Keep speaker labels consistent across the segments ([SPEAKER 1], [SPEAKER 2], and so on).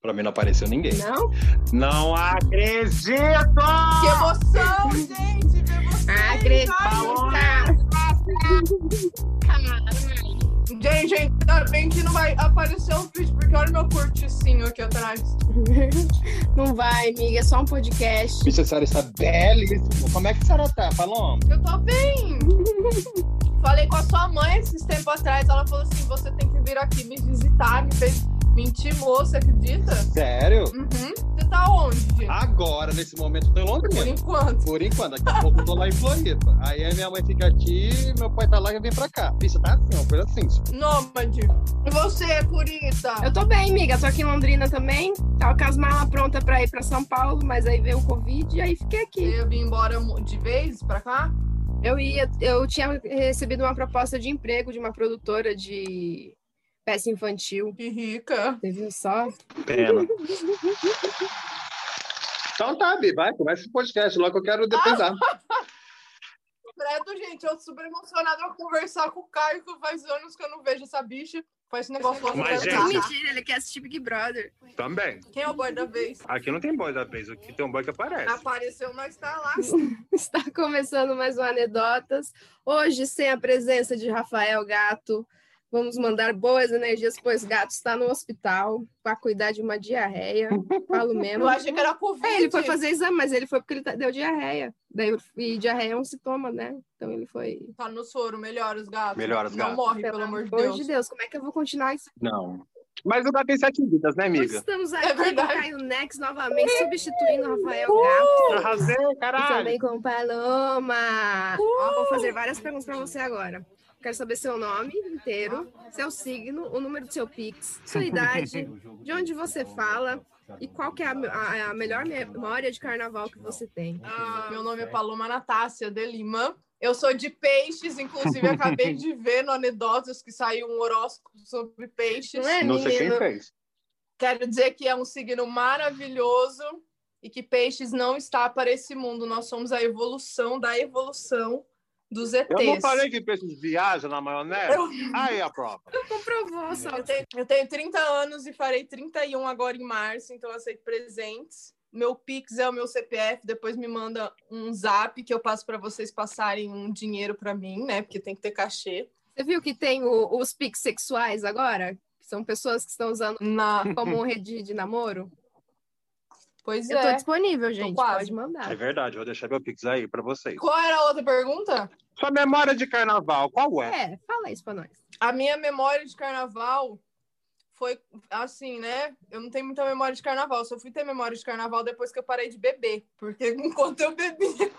[SPEAKER 1] Pra mim não apareceu ninguém.
[SPEAKER 2] Não?
[SPEAKER 1] Não acredito!
[SPEAKER 3] Que emoção, gente! Ver vocês!
[SPEAKER 2] Acredita!
[SPEAKER 3] Gente, gente, ainda bem que não vai aparecer o vídeo, porque olha o meu corticinho aqui atrás.
[SPEAKER 2] Não vai, amiga, é só um podcast.
[SPEAKER 1] Bicha, a senhora está belíssima. Como é que a senhora tá, Paloma?
[SPEAKER 3] Eu tô bem! Falei com a sua mãe esses tempos atrás, ela falou assim: você tem que vir aqui me visitar, me fez mentir, moça, acredita?
[SPEAKER 1] Sério?
[SPEAKER 3] Uhum. Você tá onde,
[SPEAKER 1] Ah,
[SPEAKER 3] gente?
[SPEAKER 1] Agora, nesse momento, eu tô em
[SPEAKER 3] Por
[SPEAKER 1] Londrina.
[SPEAKER 3] enquanto.
[SPEAKER 1] Por enquanto, daqui a pouco eu tô lá em Floripa. Aí a minha mãe fica aqui, meu pai tá lá e eu vim pra cá. Bicha, tá assim, uma coisa assim.
[SPEAKER 3] Nômade. E você, Curita?
[SPEAKER 2] Eu tô bem, amiga. Tô aqui em Londrina também. Tava com as malas prontas pra ir pra São Paulo, mas aí veio o Covid e aí fiquei aqui.
[SPEAKER 3] Eu vim embora mu- de vez pra cá?
[SPEAKER 2] Eu ia, eu tinha recebido uma proposta de emprego de uma produtora de peça infantil.
[SPEAKER 3] Que rica.
[SPEAKER 2] Você viu só?
[SPEAKER 1] Pena. Então tá, Bi, vai, começa esse podcast logo que eu quero depesar.
[SPEAKER 3] Credo, gente, eu super emocionada ao conversar com o Caio, que faz anos que eu não vejo essa bicha. Faz esse negócio louco.
[SPEAKER 1] Mas,
[SPEAKER 3] eu quero
[SPEAKER 1] gente-
[SPEAKER 3] casar.
[SPEAKER 2] Mentira, ele quer assistir Big Brother.
[SPEAKER 1] Também.
[SPEAKER 3] Quem é o boy da vez?
[SPEAKER 1] Aqui não tem boy da vez, aqui tem um boy que aparece.
[SPEAKER 3] Apareceu, mas tá lá.
[SPEAKER 2] Está começando mais um Anedotas. Hoje, sem a presença de Rafael Gato, vamos mandar boas energias, pois Gato está no hospital para cuidar de uma diarreia. Falo mesmo.
[SPEAKER 3] Eu achei que era Covid.
[SPEAKER 2] É, ele foi fazer exame, mas ele foi porque ele tá- deu diarreia. Daí, e diarreia é um sintoma, né? Então ele foi.
[SPEAKER 3] Tá no soro, melhor os gatos.
[SPEAKER 1] Melhora os
[SPEAKER 3] Não
[SPEAKER 1] gatos.
[SPEAKER 3] morre, pelo amor de Deus.
[SPEAKER 2] como é que eu vou continuar isso?
[SPEAKER 1] Não. Mas o gato tem sete vidas, né,
[SPEAKER 2] Nós
[SPEAKER 1] amiga?
[SPEAKER 2] Estamos
[SPEAKER 3] É
[SPEAKER 2] aqui com o
[SPEAKER 3] verdade. Uh!
[SPEAKER 2] Caio Nex novamente, substituindo o Rafael Gato.
[SPEAKER 1] Arrasei,
[SPEAKER 2] E
[SPEAKER 1] caralho!
[SPEAKER 2] também com Paloma. Ó, vou fazer várias perguntas para você agora. Quero saber seu nome inteiro, seu signo, o número do seu Pix, sua idade, de onde você fala e qual que é a, me- a- a melhor memória de carnaval que você tem.
[SPEAKER 3] Ah, meu nome é Paloma Natácia de Lima. Eu sou de peixes, inclusive acabei de ver no Anedotas que saiu um horóscopo sobre peixes.
[SPEAKER 2] Não é?
[SPEAKER 1] Não sei quem
[SPEAKER 2] menino.
[SPEAKER 1] fez.
[SPEAKER 3] Quero dizer que é um signo maravilhoso e que peixes não está para esse mundo. Nós somos a evolução da evolução dos ETs.
[SPEAKER 1] Eu não falei que peixes viajam na maionese?
[SPEAKER 3] Eu-
[SPEAKER 1] Aí a prova.
[SPEAKER 2] Comprovou só.
[SPEAKER 3] Eu tenho, eu tenho 30 anos e farei 31 agora em março, então eu aceito presentes. Meu Pix é o meu CPF, depois me manda um zap que eu passo para vocês passarem um dinheiro para mim, né? Porque tem que ter cachê.
[SPEAKER 2] Você viu que tem o- os Pix sexuais agora? Que são pessoas que estão usando
[SPEAKER 3] Na...
[SPEAKER 2] como um rede de namoro?
[SPEAKER 3] Pois
[SPEAKER 2] Eu tô
[SPEAKER 3] é.
[SPEAKER 2] disponível, gente.
[SPEAKER 3] quase.
[SPEAKER 2] Pode mandar.
[SPEAKER 1] É verdade, vou deixar meu pix aí pra vocês.
[SPEAKER 3] Qual era a outra pergunta?
[SPEAKER 1] Sua memória de carnaval, qual é?
[SPEAKER 2] É, fala isso pra nós.
[SPEAKER 3] A minha memória de carnaval foi assim, né? Eu não tenho muita memória de carnaval, só fui ter memória de carnaval depois que eu parei de beber. Porque enquanto eu bebia,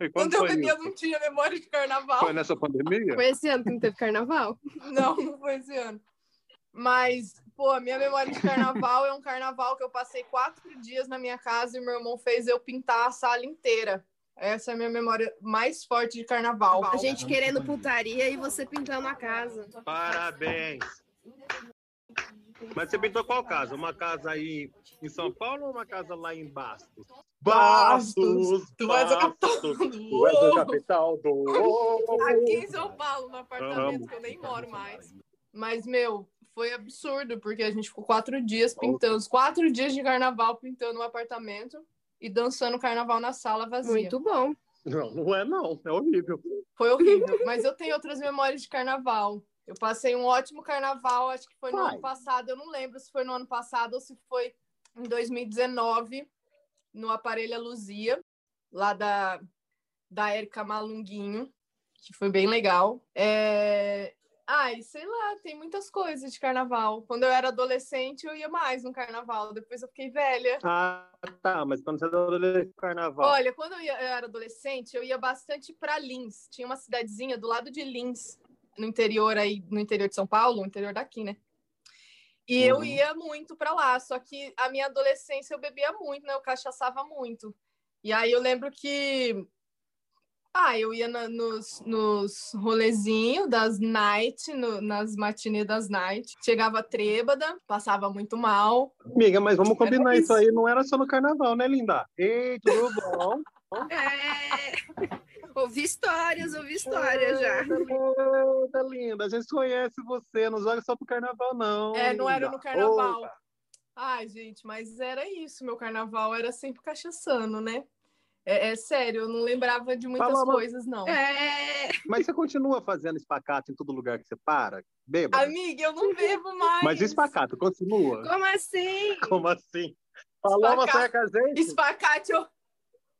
[SPEAKER 1] E
[SPEAKER 3] quando
[SPEAKER 1] quando
[SPEAKER 3] eu
[SPEAKER 1] foi
[SPEAKER 3] bebia, eu
[SPEAKER 1] isso?
[SPEAKER 3] não tinha memória de carnaval.
[SPEAKER 1] Foi nessa pandemia?
[SPEAKER 2] Foi esse ano que não teve carnaval?
[SPEAKER 3] Não, não foi esse ano. Mas, pô, a minha memória de carnaval é um carnaval que eu passei quatro dias na minha casa e meu irmão fez eu pintar a sala inteira. Essa é a minha memória mais forte de carnaval.
[SPEAKER 2] A gente querendo putaria e você pintando a casa.
[SPEAKER 1] Parabéns! Mas você pintou qual casa? Uma casa aí em São Paulo ou uma casa lá em Bastos?
[SPEAKER 3] Bastos! Tu és a capital
[SPEAKER 1] Bastos.
[SPEAKER 3] do
[SPEAKER 1] Tu és a
[SPEAKER 3] ouro.
[SPEAKER 1] capital do ouro.
[SPEAKER 3] Aqui em São Paulo, no apartamento
[SPEAKER 1] Amo.
[SPEAKER 3] que eu nem moro mais. Mas, meu, foi absurdo, porque a gente ficou quatro dias pintando, os quatro dias de carnaval pintando o apartamento e dançando carnaval na sala vazia.
[SPEAKER 2] Muito bom.
[SPEAKER 1] Não, não é não. É horrível.
[SPEAKER 3] Foi horrível, mas eu tenho outras memórias de carnaval. Eu passei um ótimo carnaval, acho que foi no
[SPEAKER 1] Vai.
[SPEAKER 3] ano passado, eu não lembro se foi no ano passado ou se foi em 2019, no Aparelha Luzia, lá da, da Erika Malunguinho, que foi bem legal. É... Ai, sei lá, tem muitas coisas de carnaval. Quando eu era adolescente, eu ia mais no carnaval, depois eu fiquei velha.
[SPEAKER 1] Ah, tá. Mas quando você adolescente, carnaval.
[SPEAKER 3] Olha, quando eu, ia- eu era adolescente, eu ia bastante para Lins. Tinha uma cidadezinha do lado de Lins, no interior aí, no interior de São Paulo, no interior daqui, né? E eu
[SPEAKER 1] Uhum.
[SPEAKER 3] ia muito para lá, só que a minha adolescência eu bebia muito, né? Eu cachaçava muito. E aí eu lembro que ah, eu ia na- nos, nos rolezinhos das night, no- nas matinês das night. Chegava trêbada, passava muito mal.
[SPEAKER 1] Amiga, mas vamos combinar
[SPEAKER 3] isso.
[SPEAKER 1] isso aí. Não era só no carnaval, né, linda? Ei, tudo bom?
[SPEAKER 2] É... Ouvi histórias, ouvi histórias já.
[SPEAKER 1] Ô, Tá linda, a gente conhece você, não joga só pro carnaval, não.
[SPEAKER 3] É, não era
[SPEAKER 1] linda.
[SPEAKER 3] no carnaval.
[SPEAKER 1] Opa.
[SPEAKER 3] Ai, gente, mas era isso. Meu carnaval era sempre cachaçando, né? É, é sério, eu não lembrava de muitas
[SPEAKER 1] Paloma.
[SPEAKER 3] coisas, não.
[SPEAKER 2] É,
[SPEAKER 1] Mas você continua fazendo espacato em todo lugar que você para? Bêbado?
[SPEAKER 3] Amiga, eu não bebo mais.
[SPEAKER 1] Mas espacato continua?
[SPEAKER 2] como assim?
[SPEAKER 1] Como assim? Paloma
[SPEAKER 3] Espacate.
[SPEAKER 1] sai com a gente?
[SPEAKER 3] Espacate, eu...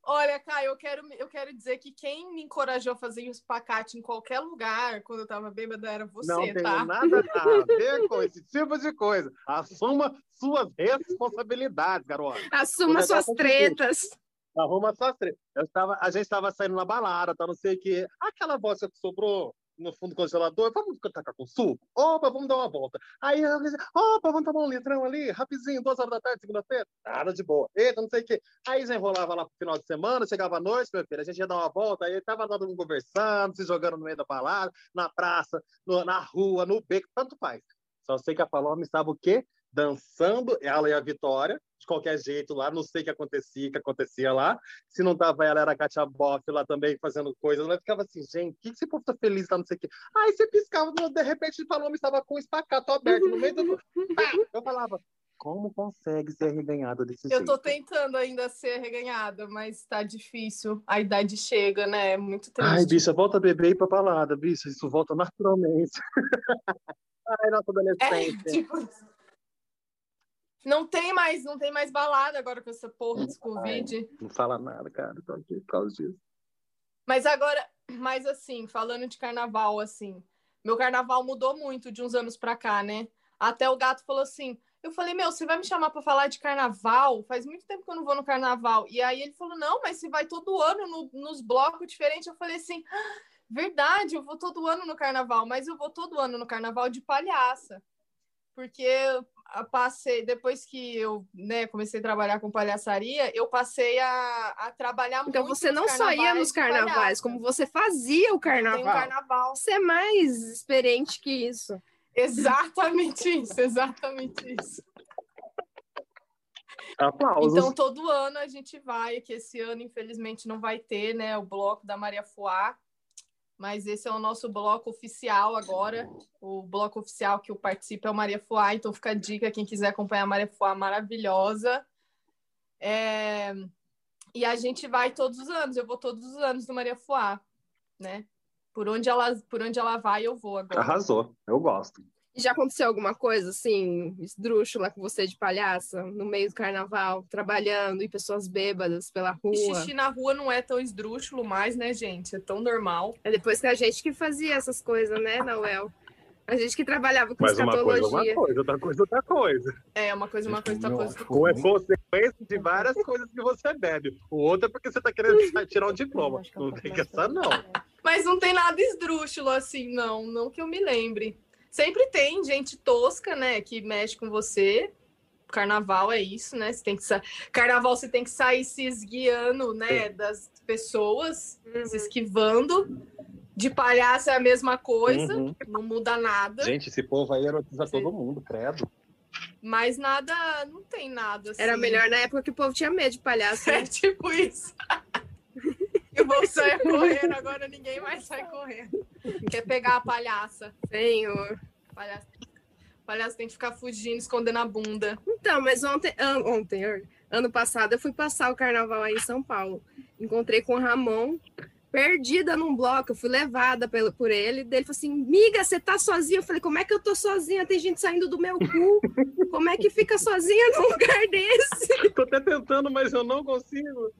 [SPEAKER 3] Olha, Caio, eu quero, eu quero dizer que quem me encorajou a fazer um espacate em qualquer lugar quando eu tava bêbada era você,
[SPEAKER 1] Não tem
[SPEAKER 3] tá?
[SPEAKER 1] nada a ver com esse tipo de coisa. Assuma suas responsabilidades, garota.
[SPEAKER 2] Assuma
[SPEAKER 1] Vou
[SPEAKER 2] suas
[SPEAKER 1] levar pra
[SPEAKER 2] tretas.
[SPEAKER 1] Arruma suas três. Eu tava, a gente estava saindo na balada, tá, não sei o quê. Aquela bosta que sobrou no fundo do congelador, vamos tacar com suco? Opa, vamos dar uma volta. Aí, ela disse, opa, vamos tomar um litrão ali, rapidinho, duas horas da tarde, segunda-feira. Nada de boa. Eita, não sei o quê. Aí já enrolava lá pro final de semana, chegava à noite, meu filho, a gente ia dar uma volta, aí tava todo mundo conversando, se jogando no meio da balada, na praça, no- na rua, no beco, tanto faz. Só sei que a Paloma estava o quê? Dançando, ela e a Vitória, de qualquer jeito lá, não sei o que acontecia, o que acontecia lá. Se não tava ela, era a Katia Boff lá também fazendo coisas. Ela ficava assim, gente, o que, que esse povo tá feliz lá, não sei o quê. Aí você piscava, de repente falou, me estava com o espacato aberto no meio do. Pá! Eu falava, como consegue ser reganhado desse
[SPEAKER 3] Eu
[SPEAKER 1] jeito?
[SPEAKER 3] tô tentando ainda ser reganhada, mas tá difícil. A idade chega, né? É muito triste.
[SPEAKER 1] Ai, bicha, volta a beber e ir pra balada, bicha, isso volta naturalmente. Ai, nossa
[SPEAKER 3] É,
[SPEAKER 1] adolescente.
[SPEAKER 3] tipo. Não tem mais, não tem mais balada agora com essa porra desse Covid.
[SPEAKER 1] Não fala nada, cara, tô aqui por causa disso.
[SPEAKER 3] Mas agora, mas assim, falando de carnaval, assim, meu carnaval mudou muito de uns anos pra cá, né? Até o gato falou assim. Eu falei, meu, você vai me chamar pra falar de carnaval? Faz muito tempo que eu não vou no carnaval. E aí ele falou, não, mas você vai todo ano no- nos blocos diferentes. Eu falei assim, "Ah, verdade, eu vou todo ano no carnaval, mas eu vou todo ano no carnaval de palhaça. Porque eu a- passei, depois que eu né, comecei a trabalhar com palhaçaria, eu passei a, a trabalhar
[SPEAKER 2] Então
[SPEAKER 3] muito
[SPEAKER 2] você
[SPEAKER 3] nos
[SPEAKER 2] não só ia
[SPEAKER 3] carnavais
[SPEAKER 2] nos
[SPEAKER 3] de
[SPEAKER 2] carnavais,
[SPEAKER 3] palhaça.
[SPEAKER 2] como você fazia o
[SPEAKER 3] Tem um
[SPEAKER 2] carnaval.
[SPEAKER 3] carnaval.
[SPEAKER 2] Você é mais experiente que isso.
[SPEAKER 3] Exatamente isso, exatamente isso.
[SPEAKER 1] Aplausos.
[SPEAKER 3] Então, todo ano a gente vai, que esse ano, infelizmente, não vai ter, né? O bloco da Maria Fuá. Mas esse é o nosso bloco oficial agora. O bloco oficial que eu participo é o Maria Fuá. Então, fica a dica, quem quiser acompanhar a Maria Fuá, maravilhosa. É, E a gente vai todos os anos. Eu vou todos os anos no Maria Fuá, né? Por onde ela, por onde ela vai, eu vou
[SPEAKER 1] Então,
[SPEAKER 3] agora.
[SPEAKER 1] Arrasou, eu gosto.
[SPEAKER 2] E Já aconteceu alguma coisa assim, esdrúxula com você de palhaça, no meio do carnaval, trabalhando e pessoas bêbadas pela
[SPEAKER 3] E
[SPEAKER 2] rua?
[SPEAKER 3] xixi na rua não é tão esdrúxulo mais, né, gente? É tão normal.
[SPEAKER 2] É depois que a gente que fazia essas coisas, né, Nauel? A gente que trabalhava com
[SPEAKER 1] Mas uma coisa, é uma
[SPEAKER 2] escatologia.
[SPEAKER 1] coisa, outra coisa, é outra coisa.
[SPEAKER 3] É, uma coisa, uma coisa, outra coisa.
[SPEAKER 1] Um é consequência de várias coisas que você bebe. O outro é porque você está querendo tirar um diploma. Não tem que essa, não.
[SPEAKER 3] Mas não tem nada esdrúxulo assim, não. Não que eu me lembre. Sempre tem gente tosca, né, que mexe com você. Carnaval é isso, né? Você tem que sa... Carnaval você tem que sair se esguiando, né, das pessoas,
[SPEAKER 2] Uhum.
[SPEAKER 3] se esquivando. De palhaço é a mesma coisa,
[SPEAKER 1] Uhum.
[SPEAKER 3] não muda nada.
[SPEAKER 1] Gente, esse povo aí erotiza
[SPEAKER 3] Sim.
[SPEAKER 1] todo mundo, credo.
[SPEAKER 3] Mas nada, não tem nada assim.
[SPEAKER 2] Era melhor na época que o povo tinha medo de palhaço. né?
[SPEAKER 3] É tipo isso. Eu vou sair correndo, agora ninguém mais sai correndo. Quer pegar a palhaça.
[SPEAKER 2] Senhor.
[SPEAKER 3] Palhaça, palhaça tem que ficar fugindo, escondendo a bunda.
[SPEAKER 2] Então, mas ontem, an- ontem, er, ano passado, eu fui passar o carnaval aí em São Paulo. Encontrei com o Ramon, perdida num bloco, eu fui levada pelo, por ele. Daí ele falou assim: Miga, você tá sozinha? Eu falei: Como é que eu tô sozinha? Tem gente saindo do meu cu. Como é que fica sozinha num lugar desse?
[SPEAKER 1] Eu tô até tentando, mas eu não consigo.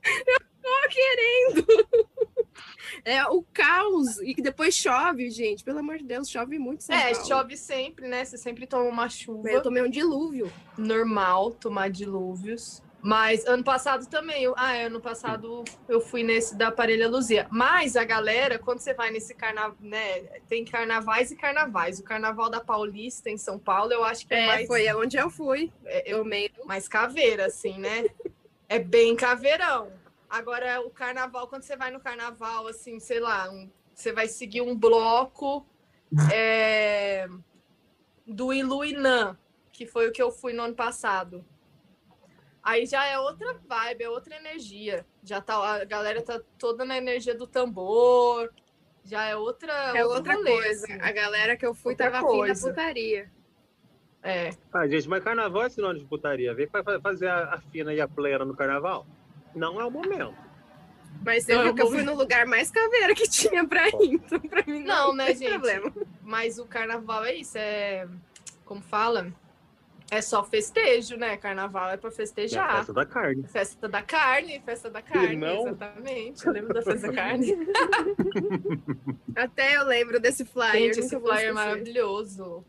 [SPEAKER 2] É o caos. E que depois chove, gente. Pelo amor de Deus, chove muito. em São
[SPEAKER 3] É,
[SPEAKER 2] Paulo.
[SPEAKER 3] chove sempre, né? Você sempre toma uma chuva.
[SPEAKER 2] Eu tomei um dilúvio.
[SPEAKER 3] Normal tomar dilúvios. Mas ano passado também. eu- ah, é, ano passado eu fui nesse da Parelha Luzia. Mas a galera, quando você vai nesse carnaval, né? Tem carnavais e carnavais. O carnaval da Paulista em São Paulo, eu acho que é,
[SPEAKER 2] É,
[SPEAKER 3] mais.
[SPEAKER 2] foi onde eu fui. Eu meio.
[SPEAKER 3] mais caveira, assim, né? É bem caveirão. Agora, o carnaval, quando você vai no carnaval, assim, sei lá, um- você vai seguir um bloco é, do Iluinã, que foi o que eu fui no ano passado. Aí já é outra vibe, é outra energia. Já tá, a galera tá toda na energia do tambor, já é outra
[SPEAKER 2] É outra
[SPEAKER 3] rolê,
[SPEAKER 2] coisa.
[SPEAKER 3] assim.
[SPEAKER 2] A galera que eu fui
[SPEAKER 3] Outra
[SPEAKER 2] tava afim da
[SPEAKER 3] coisa.
[SPEAKER 2] putaria.
[SPEAKER 3] É.
[SPEAKER 1] Ah, gente, mas carnaval é sinônimo de putaria. Vem pra fa- fazer a, a fina e a plena no carnaval. Não é o momento.
[SPEAKER 2] Mas eu
[SPEAKER 3] Não,
[SPEAKER 2] nunca
[SPEAKER 3] eu vou-
[SPEAKER 2] fui no lugar mais caveira que tinha pra ir, então pra mim não,
[SPEAKER 3] Não, né,
[SPEAKER 2] tem
[SPEAKER 3] gente?
[SPEAKER 2] problema.
[SPEAKER 3] Mas o carnaval é isso, é. Como fala? É só festejo, né? Carnaval é pra
[SPEAKER 1] É a
[SPEAKER 3] festejar.
[SPEAKER 1] festa da carne.
[SPEAKER 3] Festa da carne, festa da carne,
[SPEAKER 1] não?
[SPEAKER 3] exatamente. Eu lembro da festa da carne.
[SPEAKER 2] Até eu lembro desse flyer.
[SPEAKER 3] Gente, esse
[SPEAKER 2] nunca vou
[SPEAKER 3] flyer é
[SPEAKER 2] esquecer.
[SPEAKER 3] maravilhoso.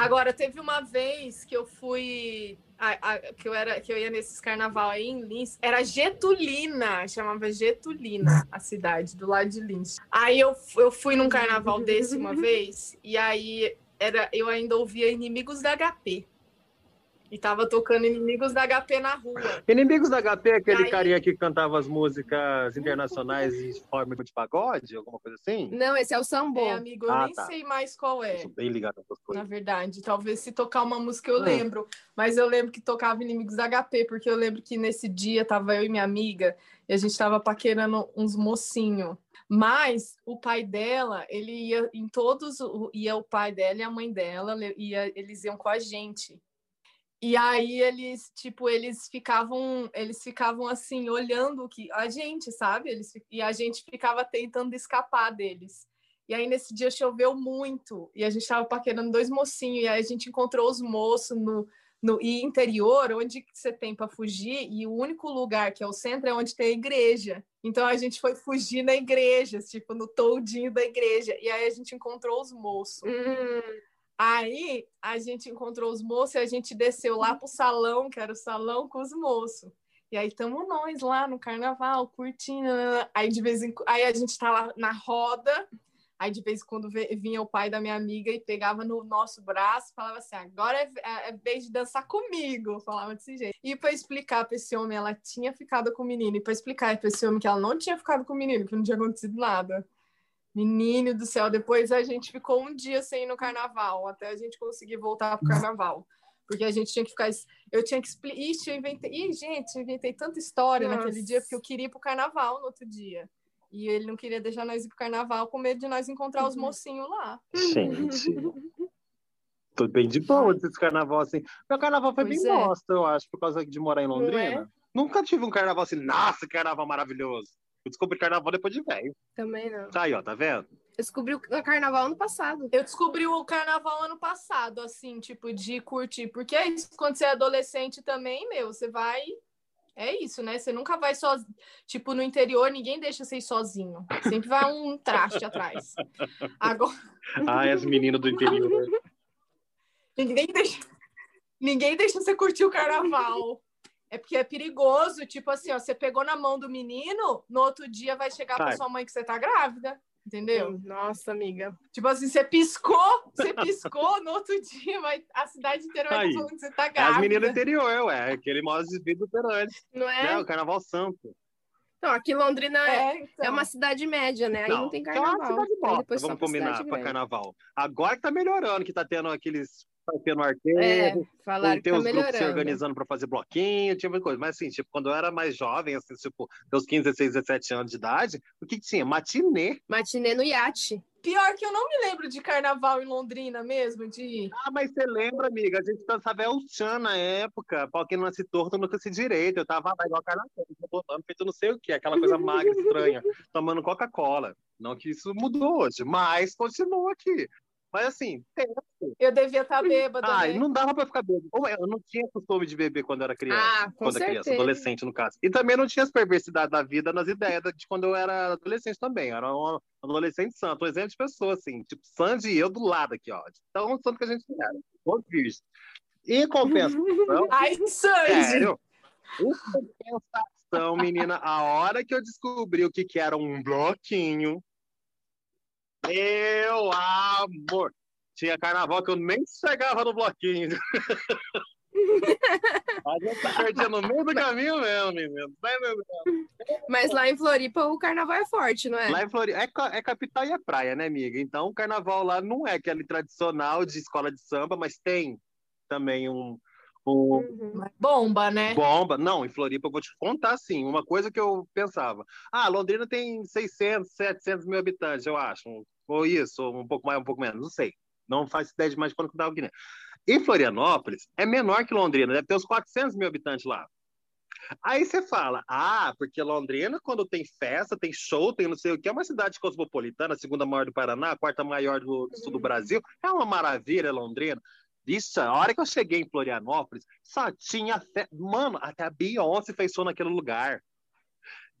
[SPEAKER 3] Agora, teve uma vez que eu fui. a- a- que, eu era, que eu ia nesses carnaval aí em Lins. Era Getulina, chamava Getulina, a cidade, do lado de Lins. Aí eu, fu- eu fui num carnaval desse uma vez, e aí era, eu ainda ouvia Inimigos da HP. E tava tocando Inimigos da HP na rua.
[SPEAKER 1] Inimigos da HP é aquele
[SPEAKER 3] E aí-
[SPEAKER 1] carinha que cantava as músicas internacionais em forma de pagode, alguma coisa assim?
[SPEAKER 2] Não, esse é o
[SPEAKER 3] É,
[SPEAKER 2] Sambô.
[SPEAKER 3] amigo, eu
[SPEAKER 1] Ah,
[SPEAKER 3] nem
[SPEAKER 1] tá.
[SPEAKER 3] sei mais qual
[SPEAKER 1] Eu
[SPEAKER 3] é.
[SPEAKER 1] sou bem ligado nessas
[SPEAKER 3] na
[SPEAKER 1] coisas.
[SPEAKER 3] verdade. Talvez se tocar uma música eu
[SPEAKER 1] Hum.
[SPEAKER 3] lembro, mas eu lembro que tocava Inimigos da HP, porque eu lembro que nesse dia tava eu e minha amiga e a gente tava paquerando uns mocinho. Mas o pai dela, ele ia em todos, o- ia o pai dela e a mãe dela, le- ia, eles iam com a gente. E aí eles, tipo, eles ficavam, eles ficavam assim, olhando o que a gente, sabe? Eles, fi- e a gente ficava tentando escapar deles. E aí nesse dia choveu muito e a gente tava paquerando dois mocinhos e aí a gente encontrou os moços no no e interior, onde que você tem para fugir, e o único lugar que é o centro é onde tem a igreja. Então a gente foi fugir na igreja, tipo, no toldinho da igreja. E aí a gente encontrou os moços.
[SPEAKER 2] Hum,
[SPEAKER 3] Aí a gente encontrou os moços e a gente desceu lá pro salão, que era o salão com os moços. E aí estamos nós lá no carnaval, curtindo. nananã. Aí de vez em qu- aí a gente tá lá na roda. Aí de vez em quando ve- vinha o pai da minha amiga e pegava no nosso braço, falava assim: agora é, ve- é- é vez de dançar comigo. Falava desse jeito. E para explicar para esse homem, ela tinha ficado com o menino. E para explicar para esse homem que ela não tinha ficado com o menino, que não tinha acontecido nada. Menino do céu, depois a gente ficou um dia sem ir no carnaval, até a gente conseguir voltar pro carnaval. Porque a gente tinha que ficar. es- Eu tinha que explicar. Ixi, eu inventei. Ih, gente, eu inventei tanta história naquele
[SPEAKER 2] Nossa.
[SPEAKER 3] dia, porque eu queria ir pro carnaval no outro dia. E ele não queria deixar nós ir pro carnaval com medo de nós encontrar os
[SPEAKER 2] Uhum.
[SPEAKER 3] mocinhos lá.
[SPEAKER 1] Gente. Tô bem de boa desse carnaval assim. Meu carnaval foi
[SPEAKER 3] Pois
[SPEAKER 1] bem
[SPEAKER 3] é.
[SPEAKER 1] bosta, eu acho, por causa de morar em
[SPEAKER 2] Não
[SPEAKER 1] Londrina. Nunca tive um carnaval assim, nossa, que carnaval maravilhoso. Eu descobri carnaval depois de velho.
[SPEAKER 2] também não.
[SPEAKER 1] Tá aí, ó, tá vendo?
[SPEAKER 2] Eu descobri o carnaval ano passado.
[SPEAKER 3] Eu descobri o carnaval ano passado, assim, tipo, de curtir. Porque é isso, quando você é adolescente também, meu, você vai. É isso, né? Você nunca vai sozinho. Tipo, no interior, ninguém deixa você ir sozinho. Sempre vai um traste atrás. Agora,
[SPEAKER 1] Ai, as meninas do interior.
[SPEAKER 3] ninguém deixa, ninguém deixa você curtir o carnaval. É porque é perigoso. Tipo assim, ó, você pegou na mão do menino, no outro dia vai chegar pra
[SPEAKER 1] Vai.
[SPEAKER 3] sua mãe que você tá grávida. Entendeu?
[SPEAKER 2] Hum, Nossa, amiga.
[SPEAKER 3] Tipo assim, você piscou, você piscou no outro dia, vai, a cidade inteira vai
[SPEAKER 1] Aí. é
[SPEAKER 3] estar falando que você tá
[SPEAKER 1] As meninas do
[SPEAKER 3] grávida.
[SPEAKER 1] interior, ué. Aquele maior desvio perante.
[SPEAKER 2] Não
[SPEAKER 1] É,
[SPEAKER 2] é?
[SPEAKER 1] o carnaval santo.
[SPEAKER 2] Então, aqui Londrina é,
[SPEAKER 3] então.
[SPEAKER 2] é uma cidade média, né? Aí não, tem
[SPEAKER 1] aquela
[SPEAKER 2] carnaval.
[SPEAKER 1] então é cidade
[SPEAKER 2] Aí
[SPEAKER 1] bosta,
[SPEAKER 2] depois só
[SPEAKER 1] Vamos
[SPEAKER 2] pra
[SPEAKER 1] combinar
[SPEAKER 2] cidade
[SPEAKER 1] pra
[SPEAKER 2] grande.
[SPEAKER 1] carnaval. Agora que tá melhorando, que tá tendo aqueles. Tá tendo
[SPEAKER 2] É,
[SPEAKER 1] arteiro,
[SPEAKER 2] falaram
[SPEAKER 1] Ou
[SPEAKER 2] que
[SPEAKER 1] tem
[SPEAKER 2] tá
[SPEAKER 1] os grupos se
[SPEAKER 2] melhorando.
[SPEAKER 1] organizando para fazer bloquinho, tinha muita coisa. Mas assim, tipo, quando eu era mais jovem, assim, tipo, meus 15, 16, 17 anos de idade, o que que tinha? Matinê.
[SPEAKER 2] Matinê no iate.
[SPEAKER 3] Pior que eu não me lembro de carnaval em Londrina mesmo, de ir.
[SPEAKER 1] Ah, mas você lembra, amiga? A gente dançava El Chan na época. Pau que não nasce torto, nunca se direito. Eu tava lá igual a Carla Pérez, botando feito não sei o quê, aquela coisa magra, estranha, tomando Coca-Cola. Não que isso mudou hoje, mas continua aqui. Mas assim, tem.
[SPEAKER 3] eu devia estar bêbada.
[SPEAKER 1] Ai,
[SPEAKER 3] né?
[SPEAKER 1] não dava pra ficar bêbado. Ou eu não tinha costume de beber quando eu era criança.
[SPEAKER 2] Ah, com
[SPEAKER 1] quando é criança,
[SPEAKER 2] certeza.
[SPEAKER 1] adolescente, no caso. E também não tinha as perversidades da vida nas ideias de quando eu era adolescente também. Eu era um adolescente santo, um exemplo de pessoa, assim. Tipo, Sandy e eu do lado aqui, ó. De Tão santo que a gente era. Ô, Cristo. E em compensação,
[SPEAKER 3] Ai, Sandy!
[SPEAKER 1] sério, em compensação, menina, a hora que eu descobri o que, que era um bloquinho, meu amor! Tinha carnaval que eu nem chegava no bloquinho. A gente se perdia no meio do caminho mesmo, menino. Vai, meu Deus.
[SPEAKER 2] Mas lá em Floripa o carnaval é forte, não é?
[SPEAKER 1] Lá em Floripa, é, ca- é capital e é praia, né, amiga? Então, o carnaval lá não é aquele tradicional de escola de samba, mas tem também um, um,
[SPEAKER 2] Uhum.
[SPEAKER 3] Bomba, né?
[SPEAKER 1] Bomba. Não, em Floripa, eu vou te contar, sim, uma coisa que eu pensava. Ah, Londrina tem 600, 700 mil habitantes, eu acho. Ou isso, ou um pouco mais, um pouco menos, não sei. Não faço ideia de mais quando que dá o Guiné. E Florianópolis é menor que Londrina, deve ter uns 400 mil habitantes lá. Aí você fala, ah, porque Londrina, quando tem festa, tem show, tem não sei o que, é uma cidade cosmopolitana, a segunda maior do Paraná, a quarta maior do, do sul do Brasil, é uma maravilha Londrina. Isso, a hora que eu cheguei em Florianópolis, só tinha festa. Mano, até a Beyoncé fez show naquele lugar.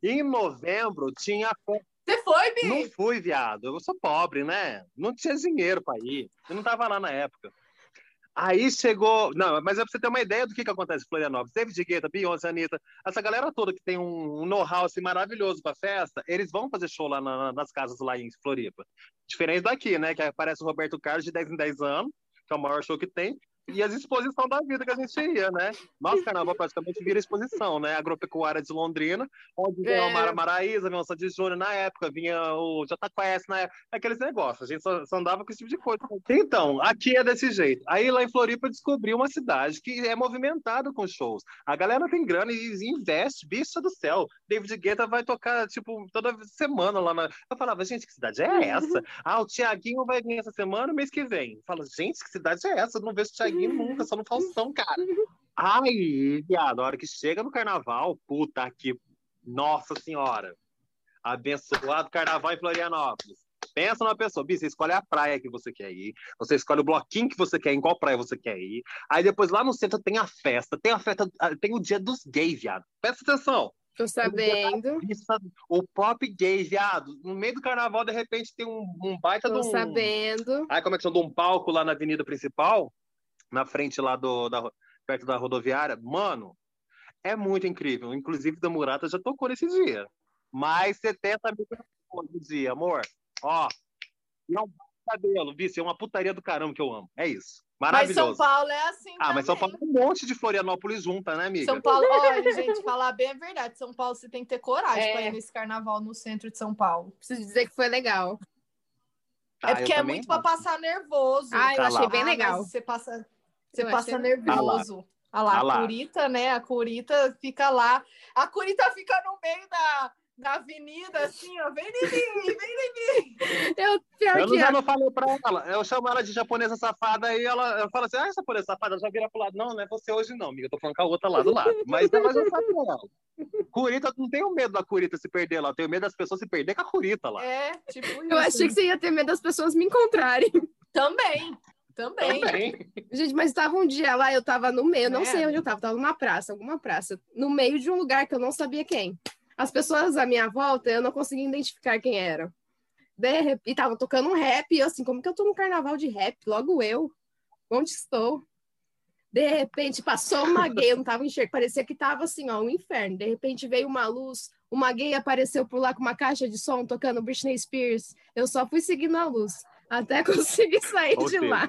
[SPEAKER 1] Em novembro tinha festa.
[SPEAKER 3] Você foi, Bi?
[SPEAKER 1] Não fui, viado. Eu sou pobre, né? Não tinha dinheiro para ir. Eu não tava lá na época. Aí chegou. Não, mas é pra você ter uma ideia do que, que acontece em Florianópolis. David Guetta, Beyoncé, Anitta, essa galera toda que tem um know-how assim, maravilhoso pra festa, eles vão fazer show lá na, nas casas lá em Floripa. Diferente daqui, né? Que aparece o Roberto Carlos de 10 em 10 anos, que é o maior show que tem, e as exposições da vida que a gente ia, né? Nosso carnaval praticamente vira exposição, né? Agropecuária de Londrina, onde vinha o Mara Maraíza, vinha o Sandy Júnior na época, vinha o JQS na época, aqueles negócios. A gente só, só, andava com esse tipo de coisa. Então, aqui é desse jeito. Aí lá em Floripa eu descobri uma cidade que é movimentada com shows. A galera tem grana e investe, bicha do céu. David Guetta vai tocar, tipo, toda semana lá na. Eu falava, gente, que cidade é essa? Ah, o Tiaguinho vai vir essa semana, mês que vem. Eu falo, gente, que cidade é essa? Eu não vejo o Tiaguinho nunca, só no Faustão, cara. Aí, viado, a hora que chega no carnaval, puta que. Nossa Senhora! Abençoado carnaval em Florianópolis. Pensa numa pessoa, Bi, você escolhe a praia que você quer ir, você escolhe o bloquinho que você quer ir, em qual praia você quer ir. Aí depois lá no centro tem a festa, tem a festa, ah, tem o dia dos gays, viado. Presta atenção.
[SPEAKER 2] Tô sabendo.
[SPEAKER 1] O pop gay, viado. No meio do carnaval, de repente, tem um, um baita
[SPEAKER 2] Tô
[SPEAKER 1] de um.
[SPEAKER 2] sabendo.
[SPEAKER 1] Aí, como é que chama? De um palco lá na avenida principal na frente lá do da, perto da rodoviária, mano, é muito incrível. Inclusive da Murata já tocou nesse dia. Mais 70 mil pessoas no dia, amor. Ó, não cabelo, vice, é uma putaria do caramba que eu amo. É isso. Maravilhoso.
[SPEAKER 3] Mas São Paulo é assim.
[SPEAKER 1] Ah,
[SPEAKER 3] também.
[SPEAKER 1] mas São Paulo é um monte de Florianópolis junta, né, amiga?
[SPEAKER 3] São é Paulo, olha, gente, falar bem é verdade. São Paulo, você tem que ter coragem para ir nesse carnaval no centro de São Paulo.
[SPEAKER 2] Preciso dizer que foi legal.
[SPEAKER 1] Ah,
[SPEAKER 3] é porque é muito para passar nervoso.
[SPEAKER 2] Ah, eu
[SPEAKER 1] Tá lá.
[SPEAKER 2] achei bem
[SPEAKER 3] Ah,
[SPEAKER 2] legal.
[SPEAKER 3] mas Você passa, você
[SPEAKER 2] Eu
[SPEAKER 3] passa
[SPEAKER 2] achei-
[SPEAKER 3] nervoso. Ah lá,
[SPEAKER 1] Ah lá.
[SPEAKER 3] a curita, né? A curita fica lá. A curita fica no meio da, da avenida, assim, ó. Vem em mim, vem em mim.
[SPEAKER 2] Eu, pior
[SPEAKER 3] É
[SPEAKER 1] Eu
[SPEAKER 2] que é,
[SPEAKER 1] não, já não falei pra ela. Eu chamo ela de japonesa safada e ela eu falo assim: ah, japonesa safada, ela já vira pro lado. Não, não é você hoje, não, amiga. Eu tô falando com a outra lá do lado. Mas ela já sabe dela. Curita, eu não tenho medo da Curita se perder lá. Eu tenho medo das pessoas se perder com a Curita lá.
[SPEAKER 3] É, tipo isso.
[SPEAKER 2] eu achei que você ia ter medo das pessoas me encontrarem.
[SPEAKER 3] Também, também.
[SPEAKER 1] Também.
[SPEAKER 2] Gente, mas tava um dia lá, eu tava no meio, eu não
[SPEAKER 3] É.
[SPEAKER 2] sei onde eu tava, tava numa praça, alguma praça, no meio de um lugar que eu não sabia quem. As pessoas à minha volta, eu não conseguia identificar quem eram. De rep- e tava tocando um rap, e eu assim, como que eu tô num carnaval de rap? Logo eu, onde estou? De repente passou uma gay, eu não tava enxergando, parecia que tava assim, ó, um inferno. De repente veio uma luz, uma gay apareceu por lá com uma caixa de som tocando Britney Spears. Eu só fui seguindo a luz, até conseguir sair
[SPEAKER 1] Ou
[SPEAKER 2] de
[SPEAKER 1] seja,
[SPEAKER 2] lá.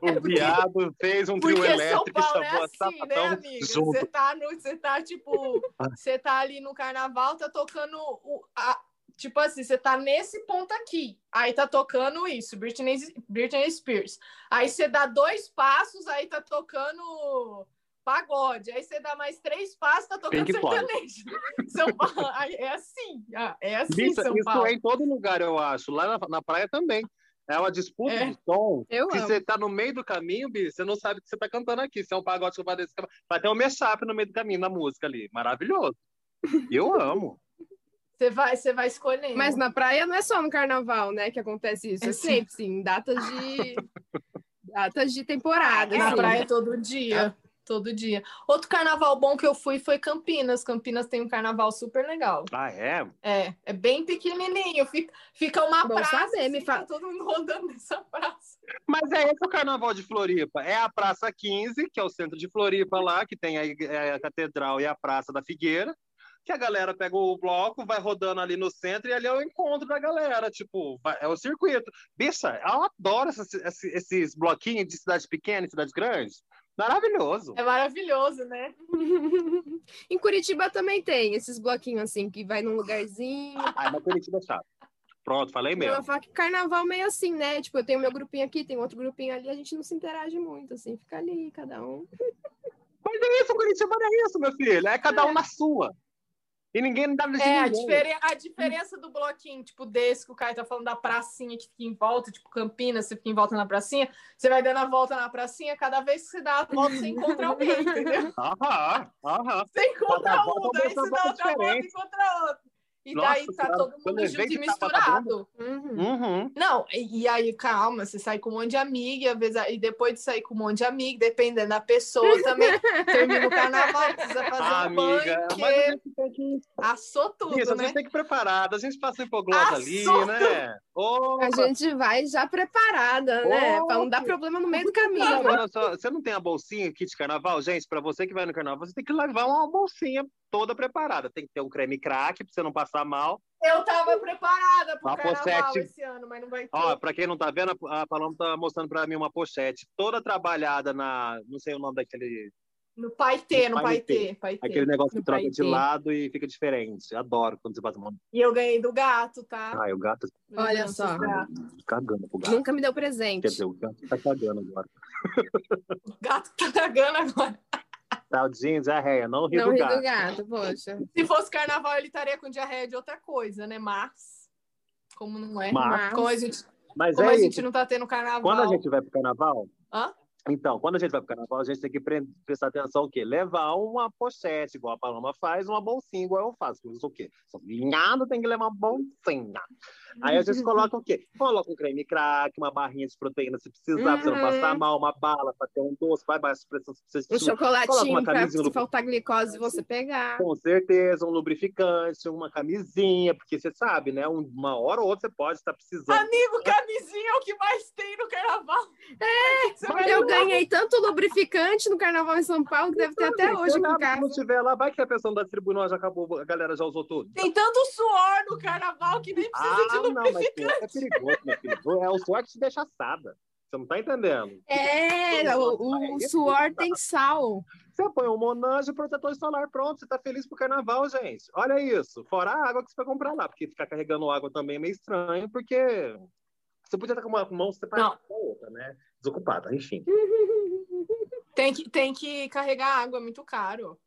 [SPEAKER 1] O viado fez um trio
[SPEAKER 3] É Porque São
[SPEAKER 1] elétrico e
[SPEAKER 3] Paulo
[SPEAKER 1] chamou
[SPEAKER 3] é
[SPEAKER 1] a
[SPEAKER 3] assim, né,
[SPEAKER 1] sapatão
[SPEAKER 3] amiga?
[SPEAKER 1] junto. Ah.
[SPEAKER 3] Você tá, no, você tá, tipo, você tá ali no carnaval, tá tocando o. a- tipo assim, você tá nesse ponto aqui. Aí tá tocando isso, Britney, Britney Spears. Aí você dá dois passos, aí tá tocando pagode. Aí você dá mais três passos, tá tocando
[SPEAKER 1] Pink Floyd.
[SPEAKER 3] sertanejo. São Paulo. aí É assim, ah, é assim,
[SPEAKER 1] Isso,
[SPEAKER 3] São
[SPEAKER 1] isso
[SPEAKER 3] Paulo.
[SPEAKER 1] é em todo lugar, eu acho. Lá na, na praia também. É uma disputa
[SPEAKER 3] É.
[SPEAKER 1] de som.
[SPEAKER 2] Eu
[SPEAKER 1] Se
[SPEAKER 2] amo.
[SPEAKER 1] você tá no meio do caminho, Bi, você não sabe o que você tá cantando aqui. Se é um pagode que vai desse Vai ter um mashup no meio do caminho na música ali. Maravilhoso. Eu amo.
[SPEAKER 3] Você vai, você vai escolhendo.
[SPEAKER 2] Mas na praia não é só no carnaval, né, que acontece isso.
[SPEAKER 3] É
[SPEAKER 2] É sempre, sim, em datas de datas de
[SPEAKER 1] É,
[SPEAKER 2] temporada.
[SPEAKER 3] Na
[SPEAKER 2] assim.
[SPEAKER 3] praia todo dia.
[SPEAKER 2] Ah.
[SPEAKER 3] Todo dia. Outro carnaval bom que eu fui foi Campinas. Campinas tem um carnaval super legal.
[SPEAKER 1] Ah, é?
[SPEAKER 3] É, é bem pequenininho. Fica, fica uma
[SPEAKER 2] Bom
[SPEAKER 3] praça.
[SPEAKER 2] saber, me
[SPEAKER 3] assim,
[SPEAKER 2] fa-
[SPEAKER 3] tá todo mundo rodando nessa praça.
[SPEAKER 1] Mas é esse o carnaval de Floripa. É a Praça 15, que é o centro de Floripa lá, que tem a, ig- é a catedral e a Praça da Figueira. Que a galera pega o bloco, vai rodando ali no centro e ali é o encontro da galera. Tipo, vai- é o circuito. Bicha, eu adoro essas- esse- esses bloquinhos de cidade pequena e cidade grande. Maravilhoso.
[SPEAKER 3] É maravilhoso, né?
[SPEAKER 2] em Curitiba também tem esses bloquinhos assim que vai num lugarzinho.
[SPEAKER 1] Ai, mas Curitiba é chato. Pronto, falei
[SPEAKER 2] Eu ia
[SPEAKER 1] mesmo.
[SPEAKER 2] falar que carnaval meio assim, né? Tipo, eu tenho meu grupinho aqui, tem outro grupinho ali, a gente não se interage muito, assim, fica ali, cada um.
[SPEAKER 1] Mas é isso, Curitiba não é isso, meu filho. É cada um na sua. E ninguém dá
[SPEAKER 3] É, a, diferen- a diferença do bloquinho, tipo, desse que o Caio tá falando da pracinha que fica em volta, tipo, Campinas, você fica em volta na pracinha, você vai dando a volta na pracinha, cada vez que você dá a volta, você encontra alguém, entendeu?
[SPEAKER 1] Aham, aham. Cada
[SPEAKER 3] Você encontra um,
[SPEAKER 1] volta,
[SPEAKER 3] daí
[SPEAKER 1] uma
[SPEAKER 3] você dá
[SPEAKER 1] pessoa
[SPEAKER 3] outra volta e
[SPEAKER 1] diferente.
[SPEAKER 3] encontra outro. E
[SPEAKER 1] Nossa
[SPEAKER 3] daí tá
[SPEAKER 1] Senhora,
[SPEAKER 3] todo
[SPEAKER 1] quando
[SPEAKER 3] mundo
[SPEAKER 1] eu
[SPEAKER 3] junto
[SPEAKER 1] vejo tá
[SPEAKER 3] e
[SPEAKER 1] que tava dando-
[SPEAKER 3] misturado.
[SPEAKER 2] Uhum.
[SPEAKER 1] Uhum.
[SPEAKER 3] Não, e, e aí, calma, você sai com um monte de amiga, e às vezes- e depois de sair com um monte de amiga, dependendo da pessoa também, termina o carnaval, precisa fazer
[SPEAKER 1] Ah,
[SPEAKER 3] um banquete,
[SPEAKER 1] amiga, mas a gente tem que.
[SPEAKER 3] assou tudo,
[SPEAKER 1] Isso, a
[SPEAKER 3] né?
[SPEAKER 1] gente tem que ir preparado. A gente passa em hipoglota ali,
[SPEAKER 3] Assunto.
[SPEAKER 1] né? Ô,
[SPEAKER 2] A gente vai já preparada, né? Pra não dar problema no meio do caminho. né?
[SPEAKER 3] né?
[SPEAKER 1] Agora só, você não tem a bolsinha aqui de carnaval? Gente, pra você que vai no carnaval, você tem que levar uma bolsinha toda preparada. Tem que ter um creme crack pra você não passar mal.
[SPEAKER 3] Eu tava preparada pro
[SPEAKER 1] Uma
[SPEAKER 3] carnaval
[SPEAKER 1] pochete.
[SPEAKER 3] esse ano, mas não vai ter.
[SPEAKER 1] Ó, pra quem não tá vendo, a Paloma tá mostrando pra mim uma pochete toda trabalhada na. Não sei o nome daquele.
[SPEAKER 3] no paetê, no
[SPEAKER 1] no
[SPEAKER 3] paetê, paetê.
[SPEAKER 1] Aquele negócio que
[SPEAKER 2] No
[SPEAKER 1] troca de
[SPEAKER 2] paetê.
[SPEAKER 1] lado e fica diferente. Adoro quando você passa a mão.
[SPEAKER 3] E eu ganhei do gato, tá?
[SPEAKER 1] Ai, o gato
[SPEAKER 2] Olha só.
[SPEAKER 1] tá cagando pro gato.
[SPEAKER 2] Nunca me deu
[SPEAKER 1] Quer
[SPEAKER 2] presente.
[SPEAKER 1] dizer, o gato tá cagando agora.
[SPEAKER 3] O gato tá cagando agora.
[SPEAKER 1] Tadinho, diarreia, é não ri
[SPEAKER 2] Não
[SPEAKER 1] do
[SPEAKER 2] ri
[SPEAKER 1] gato.
[SPEAKER 2] do gato, poxa.
[SPEAKER 3] Se fosse carnaval, ele estaria com diarreia de outra coisa, né? Mas, como não é,
[SPEAKER 1] Mas-
[SPEAKER 2] Mas-
[SPEAKER 3] como a gente,
[SPEAKER 1] Mas
[SPEAKER 3] como
[SPEAKER 1] é
[SPEAKER 3] a
[SPEAKER 1] isso.
[SPEAKER 3] gente não tá tendo carnaval.
[SPEAKER 1] Quando a gente vai pro carnaval.
[SPEAKER 3] Hã?
[SPEAKER 1] Então, quando a gente vai pro carnaval, a gente tem que pre- prestar atenção o quê? Levar uma pochete, igual a Paloma faz, uma bolsinha, igual eu faço. Eu sou o quê? Sou vinhado, tem que levar uma bolsinha. Aí a gente coloca o quê? Coloca um creme crack, uma barrinha de proteína se precisar, pra você não
[SPEAKER 2] Uhum.
[SPEAKER 1] passar mal, uma bala pra ter um doce, vai baixar pressão se
[SPEAKER 2] Um
[SPEAKER 1] precisa. Coloca
[SPEAKER 2] chocolatinho
[SPEAKER 1] uma
[SPEAKER 2] pra
[SPEAKER 1] camisinha
[SPEAKER 2] se
[SPEAKER 1] no-
[SPEAKER 2] faltar glicose você pegar.
[SPEAKER 1] Com certeza, um lubrificante, uma camisinha, porque você sabe, né? Um- Uma hora ou outra você pode estar precisando.
[SPEAKER 3] Amigo, camisinha é o que mais tem no carnaval. É, você vai
[SPEAKER 2] Eu
[SPEAKER 3] no-
[SPEAKER 2] ganhei tanto lubrificante no carnaval em São Paulo que deve ter até
[SPEAKER 1] Gente,
[SPEAKER 2] hoje
[SPEAKER 1] se
[SPEAKER 2] aqui em
[SPEAKER 1] nada,
[SPEAKER 2] casa.
[SPEAKER 1] Se não tiver lá, vai que a pessoa não da tribo não já acabou, a galera já usou tudo.
[SPEAKER 3] Tem tanto suor no carnaval que nem precisa de
[SPEAKER 1] não, mas isso é perigoso, meu filho. É o suor que te deixa assada. Você não tá entendendo.
[SPEAKER 2] É, o, o- o
[SPEAKER 3] tá.
[SPEAKER 2] suor tem sal.
[SPEAKER 1] Você põe um monange e protetor solar, pronto. Você tá feliz pro carnaval, gente. Olha isso. Fora a água que você vai comprar lá, porque ficar carregando água também é meio estranho, porque você podia estar com uma mão separada da outra, né? Desocupada, enfim.
[SPEAKER 2] Hum.
[SPEAKER 3] Tem que, tem que carregar água, é muito caro.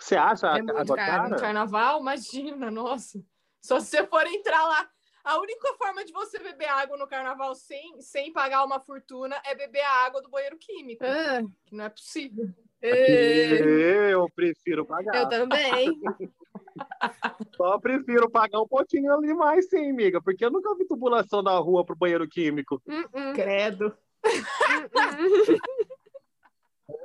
[SPEAKER 1] Você acha
[SPEAKER 2] É
[SPEAKER 1] a
[SPEAKER 2] muito
[SPEAKER 1] água
[SPEAKER 2] caro,
[SPEAKER 1] cara?
[SPEAKER 3] No carnaval, imagina, nossa. Só se você for entrar lá. A única forma de você beber água no carnaval sem, sem pagar uma fortuna é beber a água do banheiro químico.
[SPEAKER 2] Ah,
[SPEAKER 3] Que não é possível.
[SPEAKER 2] é,
[SPEAKER 1] Eu prefiro pagar.
[SPEAKER 2] ah,
[SPEAKER 3] tá.
[SPEAKER 2] eu também.
[SPEAKER 1] Só prefiro pagar um pouquinho ali mais, sim, amiga. Porque eu nunca vi tubulação da rua pro banheiro químico.
[SPEAKER 2] Hum, hum,
[SPEAKER 3] Credo.
[SPEAKER 2] hum, hum.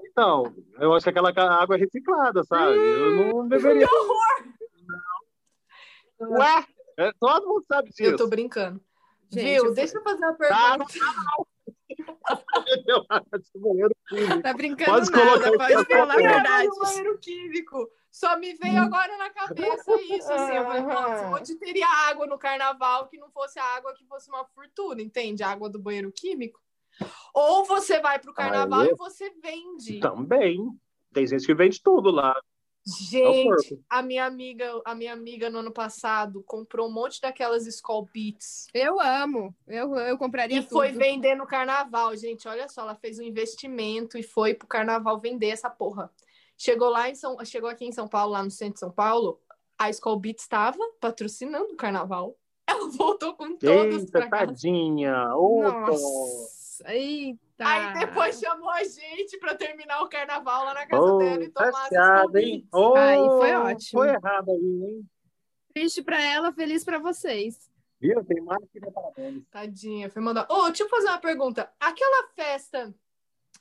[SPEAKER 1] Então, eu acho que aquela ca- água é reciclada, sabe? Eu não deveria. Que horror! Ué, é, todo mundo sabe disso.
[SPEAKER 3] Eu tô brincando.
[SPEAKER 2] Gente,
[SPEAKER 3] Viu?
[SPEAKER 2] eu-
[SPEAKER 3] Deixa eu fazer uma
[SPEAKER 1] Tá,
[SPEAKER 3] pergunta.
[SPEAKER 1] Eu acho que o banheiro químico.
[SPEAKER 2] Tá brincando
[SPEAKER 1] Pode
[SPEAKER 2] nada,
[SPEAKER 1] colocar
[SPEAKER 2] pode
[SPEAKER 1] esse
[SPEAKER 2] falar a
[SPEAKER 1] papel.
[SPEAKER 2] verdade.
[SPEAKER 3] do banheiro químico. Só me veio agora na cabeça isso, assim. Eu falei, nossa, onde teria água no carnaval que não fosse a água que fosse uma fortuna, entende? A água do banheiro químico. Ou você vai pro carnaval
[SPEAKER 1] Aí.
[SPEAKER 3] e você vende.
[SPEAKER 1] Também. Tem gente que vende tudo lá. É o
[SPEAKER 3] Gente,
[SPEAKER 1] corpo.
[SPEAKER 3] a minha amiga, a minha amiga no ano passado comprou um monte daquelas Skol Beats.
[SPEAKER 2] Eu amo. Eu, eu compraria
[SPEAKER 3] E foi
[SPEAKER 2] tudo.
[SPEAKER 3] vender no carnaval, gente. Olha só, ela fez um investimento e foi pro carnaval vender essa porra. Chegou lá em São, chegou aqui em São Paulo, lá no centro de São Paulo, a Skol Beats estava patrocinando o carnaval. Ela voltou com todos pra
[SPEAKER 1] Eita,
[SPEAKER 3] casa.
[SPEAKER 1] tadinha. Outra.
[SPEAKER 2] Nossa. Eita.
[SPEAKER 3] Aí depois chamou a gente pra terminar o carnaval lá na casa
[SPEAKER 1] Oh,
[SPEAKER 3] dela e tomar essa
[SPEAKER 1] chateada,
[SPEAKER 3] Skol
[SPEAKER 1] hein?
[SPEAKER 3] Beats.
[SPEAKER 1] Oh,
[SPEAKER 2] Aí foi ótimo.
[SPEAKER 1] Foi errado aí, hein?
[SPEAKER 2] Triste pra ela, feliz pra vocês.
[SPEAKER 1] Viu? Tem mais que dar parabéns.
[SPEAKER 3] Tadinha, foi mandar. Ô, deixa eu fazer uma pergunta. Aquela festa,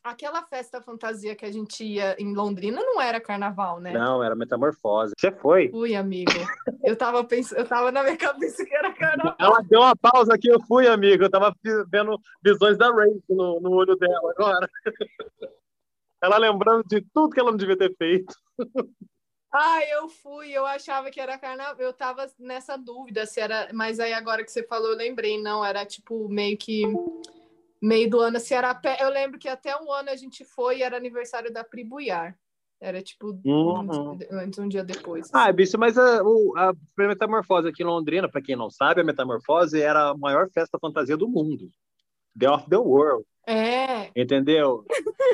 [SPEAKER 3] aquela festa fantasia que a gente ia em Londrina não era carnaval, né?
[SPEAKER 1] Não, era metamorfose. Você foi.
[SPEAKER 3] Ui, amigo. Eu tava pensando, eu tava na minha cabeça que era carnaval.
[SPEAKER 1] Ela deu uma pausa aqui, eu fui, amigo. Eu tava vi- vendo visões da Ray no, no olho dela agora. Ela lembrando de tudo que ela não devia ter feito.
[SPEAKER 3] Ah, eu fui, eu achava que era carnaval. Eu tava nessa dúvida se era, mas aí agora que você falou, eu lembrei, não, era tipo meio que meio do ano, se era pé. Eu lembro que até um ano a gente foi e era aniversário da Pribuiar. Era tipo
[SPEAKER 1] Uhum.
[SPEAKER 3] antes, antes um dia depois. assim.
[SPEAKER 1] Ah, bicho, mas a, o- a metamorfose aqui em Londrina, pra quem não sabe, a metamorfose era a maior festa fantasia do mundo. The of the World.
[SPEAKER 3] É.
[SPEAKER 1] Entendeu?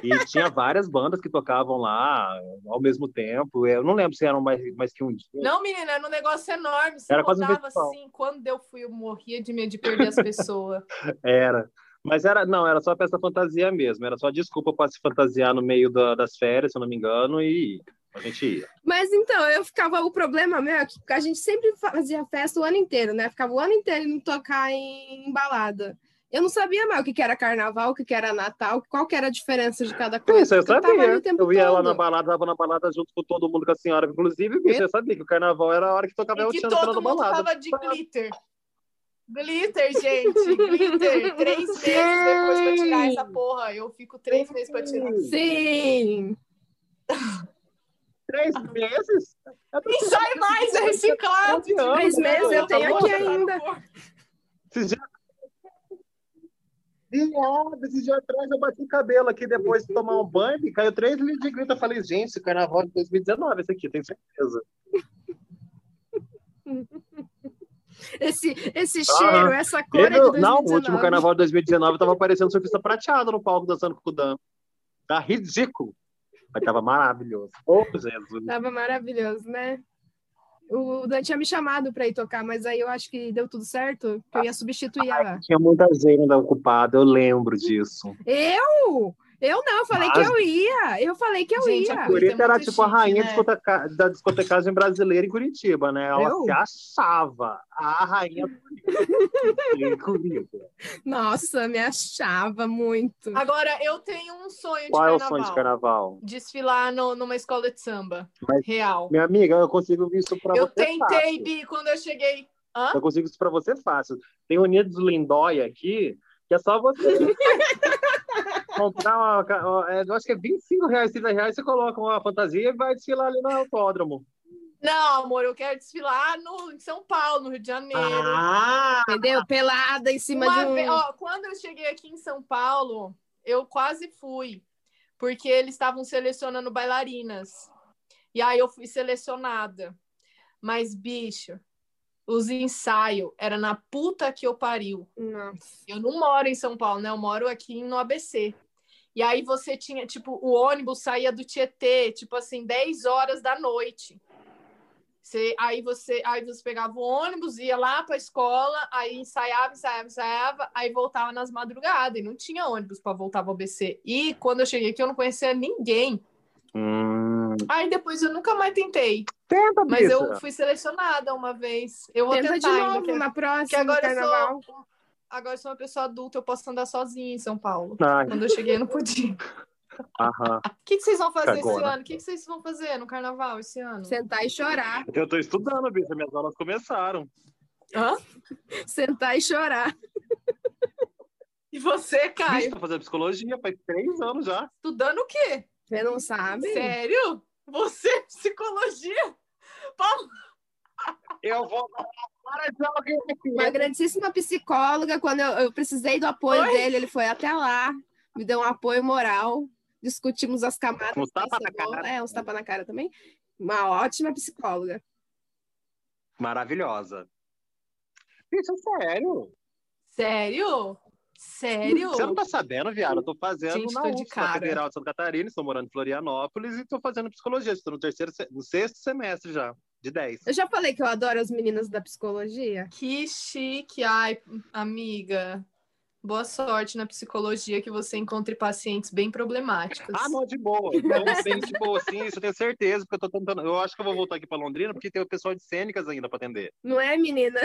[SPEAKER 1] E tinha várias bandas que tocavam lá ao mesmo tempo. Eu não lembro se eram mais, mais que um dia.
[SPEAKER 3] Não, menina, era um negócio enorme. Você
[SPEAKER 1] Era
[SPEAKER 3] Era
[SPEAKER 1] quase um festival.
[SPEAKER 3] assim. Quando eu fui, eu morria de medo de perder as pessoas.
[SPEAKER 1] Era. Mas era, não, era só festa fantasia mesmo. Era só desculpa para se fantasiar no meio da- das férias, se eu não me engano, e a gente ia.
[SPEAKER 2] Mas então, eu ficava. O problema meu é que a gente sempre fazia festa o ano inteiro, né? Ficava o ano inteiro indo tocar em balada. Eu não sabia mais o que que era carnaval, o que que era Natal, qual que era a diferença de cada coisa.
[SPEAKER 1] Isso, eu
[SPEAKER 2] porque tava ali
[SPEAKER 1] sabia.
[SPEAKER 2] o tempo
[SPEAKER 1] Eu ia lá
[SPEAKER 2] todo.
[SPEAKER 1] na balada, tava na balada junto com todo mundo, com a senhora, inclusive, bicho, eu sabia que o carnaval era a hora que tocava
[SPEAKER 3] E
[SPEAKER 1] o
[SPEAKER 3] que
[SPEAKER 1] tchan tchan
[SPEAKER 3] todo
[SPEAKER 1] da
[SPEAKER 3] mundo
[SPEAKER 1] balada.
[SPEAKER 3] tava de glitter. Glitter, gente. Glitter. Três meses depois pra tirar essa porra. Eu fico três meses pra tirar.
[SPEAKER 2] Sim!
[SPEAKER 1] Três
[SPEAKER 2] Ah.
[SPEAKER 1] meses? É
[SPEAKER 3] E sai mais, é reciclado.
[SPEAKER 1] Não,
[SPEAKER 2] Três
[SPEAKER 1] não,
[SPEAKER 2] meses eu
[SPEAKER 1] tá
[SPEAKER 2] tenho
[SPEAKER 1] bom,
[SPEAKER 2] aqui
[SPEAKER 1] tá bom.
[SPEAKER 2] ainda.
[SPEAKER 1] Esses dias... Viado, esses dias atrás eu bati o cabelo aqui depois de tomar um banho e caiu três litros de grito. Eu falei, gente, esse carnaval é de 2019 esse aqui, tenho certeza.
[SPEAKER 2] Esse, esse cheiro, essa cor é de
[SPEAKER 1] Eu- Ah, não, o
[SPEAKER 2] 2019.
[SPEAKER 1] último carnaval de 2019 eu tava parecendo surfista prateado no palco dançando com o Dan. Tá ridículo. Mas tava maravilhoso. Ô, Jesus.
[SPEAKER 2] Tava maravilhoso, né? O Dan tinha me chamado pra ir tocar, mas aí eu acho que deu tudo certo, que eu ia substituir a...
[SPEAKER 1] Tinha muita agenda ocupada, eu lembro disso.
[SPEAKER 2] Eu? Eu não, eu falei
[SPEAKER 1] Mas-
[SPEAKER 2] que eu ia. Eu falei que eu
[SPEAKER 3] Gente,
[SPEAKER 2] ia.
[SPEAKER 3] a coisa-
[SPEAKER 1] Curitiba
[SPEAKER 3] é
[SPEAKER 1] era
[SPEAKER 3] muito
[SPEAKER 1] tipo a
[SPEAKER 3] chique,
[SPEAKER 1] rainha
[SPEAKER 3] né?
[SPEAKER 1] discoteca- da discotecagem brasileira em Curitiba, né? Ela
[SPEAKER 2] Eu?
[SPEAKER 1] se achava a rainha em Curitiba.
[SPEAKER 2] Nossa, me achava muito.
[SPEAKER 3] Agora, eu tenho um sonho de
[SPEAKER 1] Qual é o
[SPEAKER 3] carnaval.
[SPEAKER 1] sonho de carnaval?
[SPEAKER 3] Desfilar no- numa escola de samba.
[SPEAKER 1] Mas-
[SPEAKER 3] Real.
[SPEAKER 1] Minha amiga, eu consigo isso pra
[SPEAKER 3] Eu
[SPEAKER 1] você é
[SPEAKER 3] tentei,
[SPEAKER 1] fácil.
[SPEAKER 3] Bi, quando eu cheguei. Hã?
[SPEAKER 1] Eu consigo isso pra você fácil. Tem o Unidos Lindóia aqui, que é só você comprar uma... ca- uma- é, Eu acho que é 25 reais, 30 reais, você coloca uma fantasia e vai desfilar ali no autódromo.
[SPEAKER 3] Não, amor, eu quero desfilar no, em São Paulo, no Rio de Janeiro.
[SPEAKER 1] Ah!
[SPEAKER 2] Entendeu? Pelada em cima
[SPEAKER 3] Uma
[SPEAKER 2] de um.
[SPEAKER 3] ve- ó, quando eu cheguei aqui em São Paulo, eu quase fui, porque eles estavam selecionando bailarinas. E aí eu fui selecionada. Mas, bicho, os ensaios era na puta que eu pariu.
[SPEAKER 2] Nossa.
[SPEAKER 3] Eu não moro em São Paulo, né? Eu moro aqui no ABC. E aí você tinha, tipo, o ônibus saía do Tietê, tipo assim, 10 horas da noite. Você, aí você, aí você pegava o ônibus, ia lá pra escola, aí ensaiava, ensaiava, ensaiava, aí voltava nas madrugadas e não tinha ônibus para voltar pro ABC. E quando eu cheguei aqui eu não conhecia ninguém.
[SPEAKER 1] Hum.
[SPEAKER 3] Aí depois eu nunca mais tentei,
[SPEAKER 1] Tenta,
[SPEAKER 3] mas
[SPEAKER 1] bicha.
[SPEAKER 3] eu fui selecionada uma vez. Eu vou
[SPEAKER 2] Tenta de
[SPEAKER 3] tentar ainda.
[SPEAKER 2] novo né?
[SPEAKER 3] que-
[SPEAKER 2] na
[SPEAKER 3] que
[SPEAKER 2] próxima
[SPEAKER 3] agora
[SPEAKER 2] carnaval.
[SPEAKER 3] eu sou, agora eu sou uma pessoa adulta, eu posso andar sozinha em São Paulo.
[SPEAKER 1] Ai,
[SPEAKER 3] Quando eu cheguei, eu não podia.
[SPEAKER 1] aham.
[SPEAKER 3] O que, que vocês vão fazer esse
[SPEAKER 1] Agora.
[SPEAKER 3] ano? O que, que vocês vão fazer no carnaval esse ano?
[SPEAKER 2] Sentar e chorar.
[SPEAKER 1] Eu tô estudando, bicha. Minhas aulas começaram.
[SPEAKER 3] Hã?
[SPEAKER 2] Sentar e chorar.
[SPEAKER 3] E você,
[SPEAKER 1] Bicho,
[SPEAKER 3] Caio?
[SPEAKER 1] tô fazendo psicologia faz três anos já.
[SPEAKER 3] Estudando o quê?
[SPEAKER 2] Você não sabe?
[SPEAKER 3] Sério? Você é psicologia? Palma-
[SPEAKER 1] Eu vou para de alguém aqui.
[SPEAKER 2] Uma grandíssima psicóloga, quando eu, eu precisei do apoio
[SPEAKER 3] Oi?
[SPEAKER 2] dele, ele foi até lá, me deu um apoio moral, discutimos as camadas.
[SPEAKER 1] Uns tapa na
[SPEAKER 2] pensou-
[SPEAKER 1] cara.
[SPEAKER 2] É, uns tapa na cara também. Uma ótima psicóloga.
[SPEAKER 1] Maravilhosa. Bicho, sério.
[SPEAKER 3] Sério? Sério?
[SPEAKER 1] Você não tá sabendo, viado? Eu tô fazendo
[SPEAKER 3] Gente,
[SPEAKER 1] na
[SPEAKER 3] tô de
[SPEAKER 1] UFSC, na
[SPEAKER 3] cara.
[SPEAKER 1] Federal de Santa Catarina, estou morando em Florianópolis e tô fazendo psicologia. Estou no terceiro, se- no sexto semestre já, de 10.
[SPEAKER 2] Eu já falei que eu adoro as meninas da psicologia.
[SPEAKER 3] Que chique. Ai, amiga. Boa sorte na psicologia que você encontre pacientes bem problemáticos.
[SPEAKER 1] Ah, não, de boa. Então, sim, de boa, sim, isso eu tenho certeza, porque eu tô tentando. Eu acho que eu vou voltar aqui pra Londrina, porque tem o pessoal de cênicas ainda pra atender.
[SPEAKER 2] Não é, menina?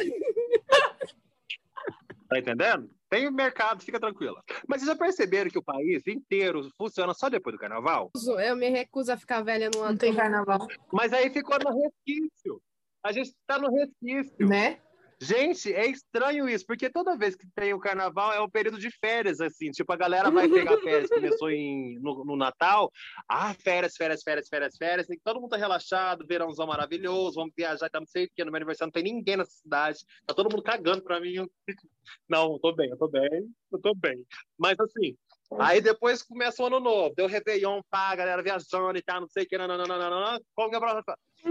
[SPEAKER 1] Tá entendendo? Tem mercado, fica tranquila. Mas vocês já perceberam que o país inteiro funciona só depois do carnaval?
[SPEAKER 2] Eu me recuso a ficar velha no ano.
[SPEAKER 3] Não tem carnaval,
[SPEAKER 1] Mas aí ficou no resquício. A gente tá no resquício.
[SPEAKER 3] né?
[SPEAKER 1] Gente, é estranho isso, porque toda vez que tem o carnaval é um período de férias, assim. Tipo, a galera vai pegar férias, começou em, no, no Natal. Ah, férias, férias, férias, férias, férias. tem- Todo mundo tá relaxado, verãozão maravilhoso, vamos viajar, tá não sei o quê. No meu aniversário não tem ninguém nessa cidade. Tá todo mundo cagando pra mim. eu fico, Não, eu tô bem, eu tô bem, eu tô bem. Mas assim, aí depois começa o ano novo. Deu Réveillon, pá, a galera viajando e tal, não sei o quê. nananana, Como que é pra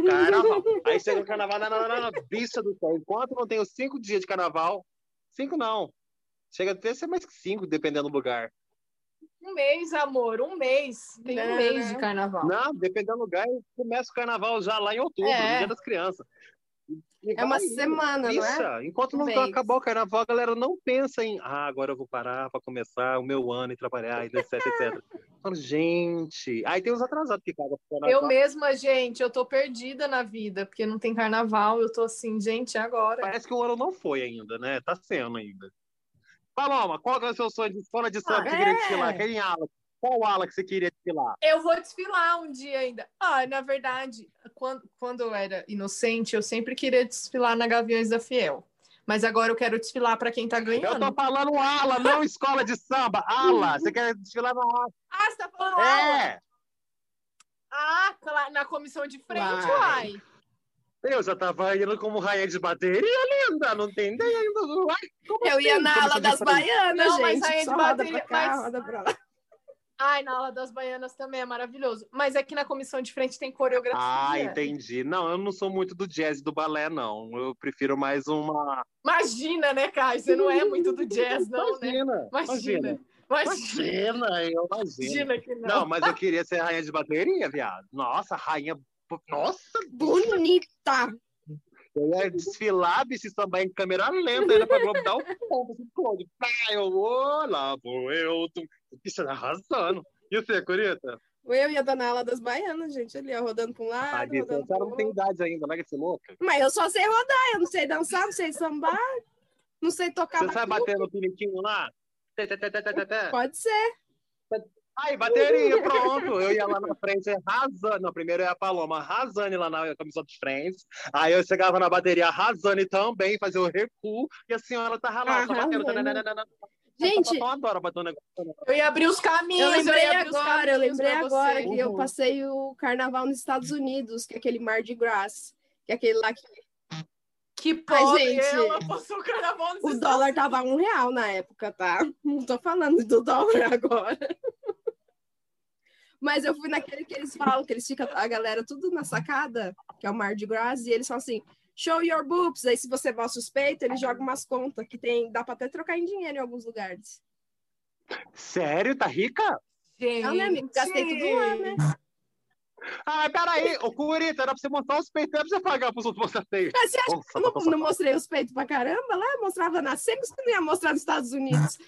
[SPEAKER 1] Carnaval. Aí chega o carnaval, não, não, não, não, não, bicha do céu. Enquanto não tenho cinco dias de carnaval, cinco não. Chega até ser mais que cinco, dependendo do lugar.
[SPEAKER 3] Um mês, amor, um mês. Tem um
[SPEAKER 2] Não,
[SPEAKER 3] mês
[SPEAKER 2] não.
[SPEAKER 3] de carnaval.
[SPEAKER 1] Não, dependendo do lugar, começa o carnaval já lá em outubro,
[SPEAKER 3] É.
[SPEAKER 1] no dia das crianças. E
[SPEAKER 2] É uma
[SPEAKER 1] vai indo.
[SPEAKER 2] semana, não
[SPEAKER 1] Isso,
[SPEAKER 2] é?
[SPEAKER 1] enquanto não
[SPEAKER 2] Um mês.
[SPEAKER 1] acabar o carnaval, a galera não pensa em ah, agora eu vou parar para começar o meu ano e trabalhar, e etc, etc. Fala, gente. Aí tem os atrasados que cagam pro carnaval.
[SPEAKER 3] Eu mesma, gente, eu tô perdida na vida, porque não tem carnaval. Eu tô assim, gente, é agora.
[SPEAKER 1] Parece que o ano não foi ainda, né? Tá sendo ainda. Paloma, qual que é o seu sonho de escola de samba que você
[SPEAKER 2] Ah,
[SPEAKER 1] queria
[SPEAKER 2] é.
[SPEAKER 1] desfilar? Quem é ala? Qual ala que você queria desfilar?
[SPEAKER 3] Eu vou desfilar um dia ainda. Ah, na verdade, quando, quando eu era inocente, eu sempre queria desfilar na Gaviões da Fiel. Mas agora eu quero desfilar pra quem tá
[SPEAKER 1] Eu
[SPEAKER 3] ganhando.
[SPEAKER 1] tô falando ala, não escola de samba. Ala, você quer desfilar na ala?
[SPEAKER 3] Ah, você tá falando aula?
[SPEAKER 1] É!
[SPEAKER 3] Ah, cla- na comissão de frente,
[SPEAKER 2] Uai.
[SPEAKER 3] uai.
[SPEAKER 1] Eu já tava indo como rainha de bateria, linda. Não tem ideia ainda. Uai, como
[SPEAKER 2] Eu ia
[SPEAKER 1] assim?
[SPEAKER 2] na
[SPEAKER 1] Como
[SPEAKER 2] ala
[SPEAKER 1] você
[SPEAKER 2] das
[SPEAKER 1] disse-
[SPEAKER 2] baianas,
[SPEAKER 3] Não, mas
[SPEAKER 2] gente.
[SPEAKER 3] aí
[SPEAKER 2] só
[SPEAKER 3] de
[SPEAKER 2] roda
[SPEAKER 3] bateria-
[SPEAKER 2] pra cá,
[SPEAKER 3] mas-
[SPEAKER 2] roda pra lá.
[SPEAKER 3] Ai, na aula das baianas também é maravilhoso. Mas é que na comissão de frente tem coreografia.
[SPEAKER 1] Ah, entendi. Não, eu não sou muito do jazz e do balé, não. Eu prefiro mais uma.
[SPEAKER 3] Imagina, né, Caio? Você não é muito do jazz, não, né?
[SPEAKER 1] Imagina!
[SPEAKER 3] Imagina.
[SPEAKER 1] Imagina!
[SPEAKER 3] Imagina,
[SPEAKER 1] Imagina, eu imagino.
[SPEAKER 3] imagina que não.
[SPEAKER 1] Não, mas eu queria ser rainha de bateria, viado. Nossa, rainha. Nossa,
[SPEAKER 2] Bonita!
[SPEAKER 1] eu ia desfilar, bicho, samba em câmera lenta, ainda pra Globo dar o ponto, assim, Claude. Pá, eu, ô, lá vou eu. Tum. Bicho, tá arrasando. E você, Curita?
[SPEAKER 2] Eu ia dar na ala das baianas, gente, ali, ó, rodando pra um lado,
[SPEAKER 1] Ah, bicho,
[SPEAKER 2] rodando
[SPEAKER 1] a
[SPEAKER 2] pro
[SPEAKER 1] senhora não tem
[SPEAKER 2] outro.
[SPEAKER 1] idade ainda, né, que você é louca?
[SPEAKER 2] Mas eu só sei rodar, eu não sei dançar, não sei sambar, não sei tocar
[SPEAKER 1] Você sai
[SPEAKER 2] batuta.
[SPEAKER 1] batendo o piniquinho lá? Tê, tê, tê, tê, tê, tê, tê.
[SPEAKER 2] Pode ser.
[SPEAKER 1] Aí, bateria, pronto. Eu ia lá na frente arrasando. Não, Primeiro era a Paloma arrasando lá na comissão de frente. Aí eu chegava na bateria arrasando também, fazia o recuo. E a senhora tá ralando, só batendo.
[SPEAKER 2] Arrasando.
[SPEAKER 1] tananana.
[SPEAKER 2] Gente,
[SPEAKER 1] Eu adoro bater um negócio.
[SPEAKER 3] Eu ia abrir os
[SPEAKER 2] eu
[SPEAKER 3] caminhos,
[SPEAKER 2] lembrei
[SPEAKER 3] ia abrir os
[SPEAKER 2] agora, eu
[SPEAKER 3] caminhos
[SPEAKER 2] lembrei
[SPEAKER 3] pra você.
[SPEAKER 2] agora que eu
[SPEAKER 1] Uhum.
[SPEAKER 2] passei o carnaval nos Estados Unidos, que é aquele Mardi Gras, que é aquele lá que
[SPEAKER 3] Que pobre
[SPEAKER 2] gente,
[SPEAKER 3] ela passou o carnaval
[SPEAKER 2] o
[SPEAKER 3] nesses
[SPEAKER 2] dólar tava um real na época, tá? Não tô falando do dólar agora. Mas eu fui naquele que eles falam, que eles ficam, a galera tudo na sacada, que é o Mardi Gras, e eles falam assim, show your boobs, aí se você vai ao suspeito, eles jogam umas contas, que tem, dá pra até trocar em dinheiro em alguns lugares.
[SPEAKER 1] Sério, tá rica?
[SPEAKER 3] Gente.
[SPEAKER 2] Não, né, amigo? Gastei tudo lá, né?
[SPEAKER 1] Ah, peraí, ô Curita, era pra você montar os peitos, era pra você pagar pros outros sorteios.
[SPEAKER 2] Mas você acha
[SPEAKER 1] Nossa,
[SPEAKER 2] que eu
[SPEAKER 1] tá,
[SPEAKER 2] não,
[SPEAKER 1] tá,
[SPEAKER 2] não mostrei os peitos pra caramba lá? Eu mostrava na Semis, que eu não ia mostrar nos Estados Unidos.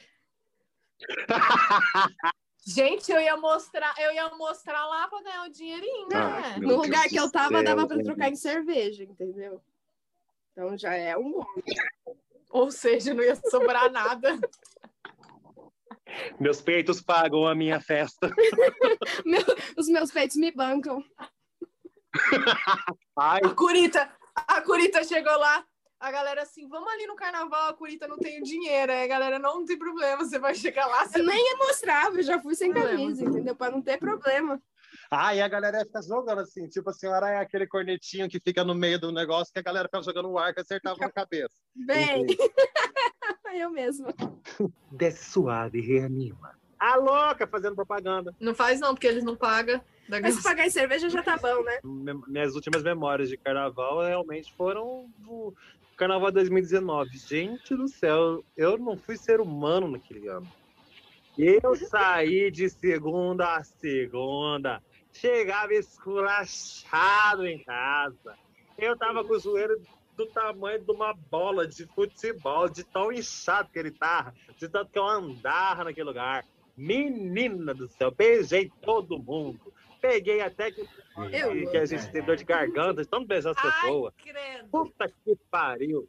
[SPEAKER 3] Gente, eu ia mostrar, eu ia mostrar lá pra ganhar o dinheirinho, né?
[SPEAKER 1] Ai, meu
[SPEAKER 2] no lugar
[SPEAKER 1] Deus
[SPEAKER 2] que eu
[SPEAKER 1] do
[SPEAKER 2] tava,
[SPEAKER 1] céu,
[SPEAKER 2] dava pra
[SPEAKER 1] gente.
[SPEAKER 2] trocar em cerveja, entendeu? Então já é um bom.
[SPEAKER 3] Ou seja, não ia sobrar nada.
[SPEAKER 1] tá. Meus peitos pagam a minha festa.
[SPEAKER 2] Os meus peitos me bancam.
[SPEAKER 1] Ai,
[SPEAKER 3] A Curita, a Curita chegou lá. A galera assim, vamos ali no carnaval, a Curita não tem o dinheiro. Aí a galera, não tem problema, você vai chegar lá. Você...
[SPEAKER 2] Eu nem ia mostrar, eu já fui sem
[SPEAKER 3] Problema.
[SPEAKER 2] camisa, entendeu? Pra não ter problema.
[SPEAKER 1] ai, a galera fica jogando assim, tipo a senhora é aquele cornetinho que fica no meio do negócio que a galera fica jogando o ar que acertava na cabeça.
[SPEAKER 2] Bem, eu mesma.
[SPEAKER 1] desce suave, reanima. A louca fazendo propaganda.
[SPEAKER 3] Não faz não, porque eles não pagam. Da
[SPEAKER 2] Mas se pagar em cerveja já tá bom, né?
[SPEAKER 1] Mem- Minhas últimas memórias de carnaval realmente foram do carnaval 2019. Gente do céu, eu não fui ser humano naquele ano. Eu saí de segunda a segunda, chegava esculachado em casa. Eu tava com o joelho do tamanho de uma bola de futebol, de tão inchado que ele tava, de tanto que eu andava naquele lugar. Menina do céu, beijei todo mundo. Peguei até que,
[SPEAKER 2] Eu
[SPEAKER 1] que a gente teve dor de garganta, de tanto beijar as pessoas.
[SPEAKER 3] credo.
[SPEAKER 1] Puta que pariu.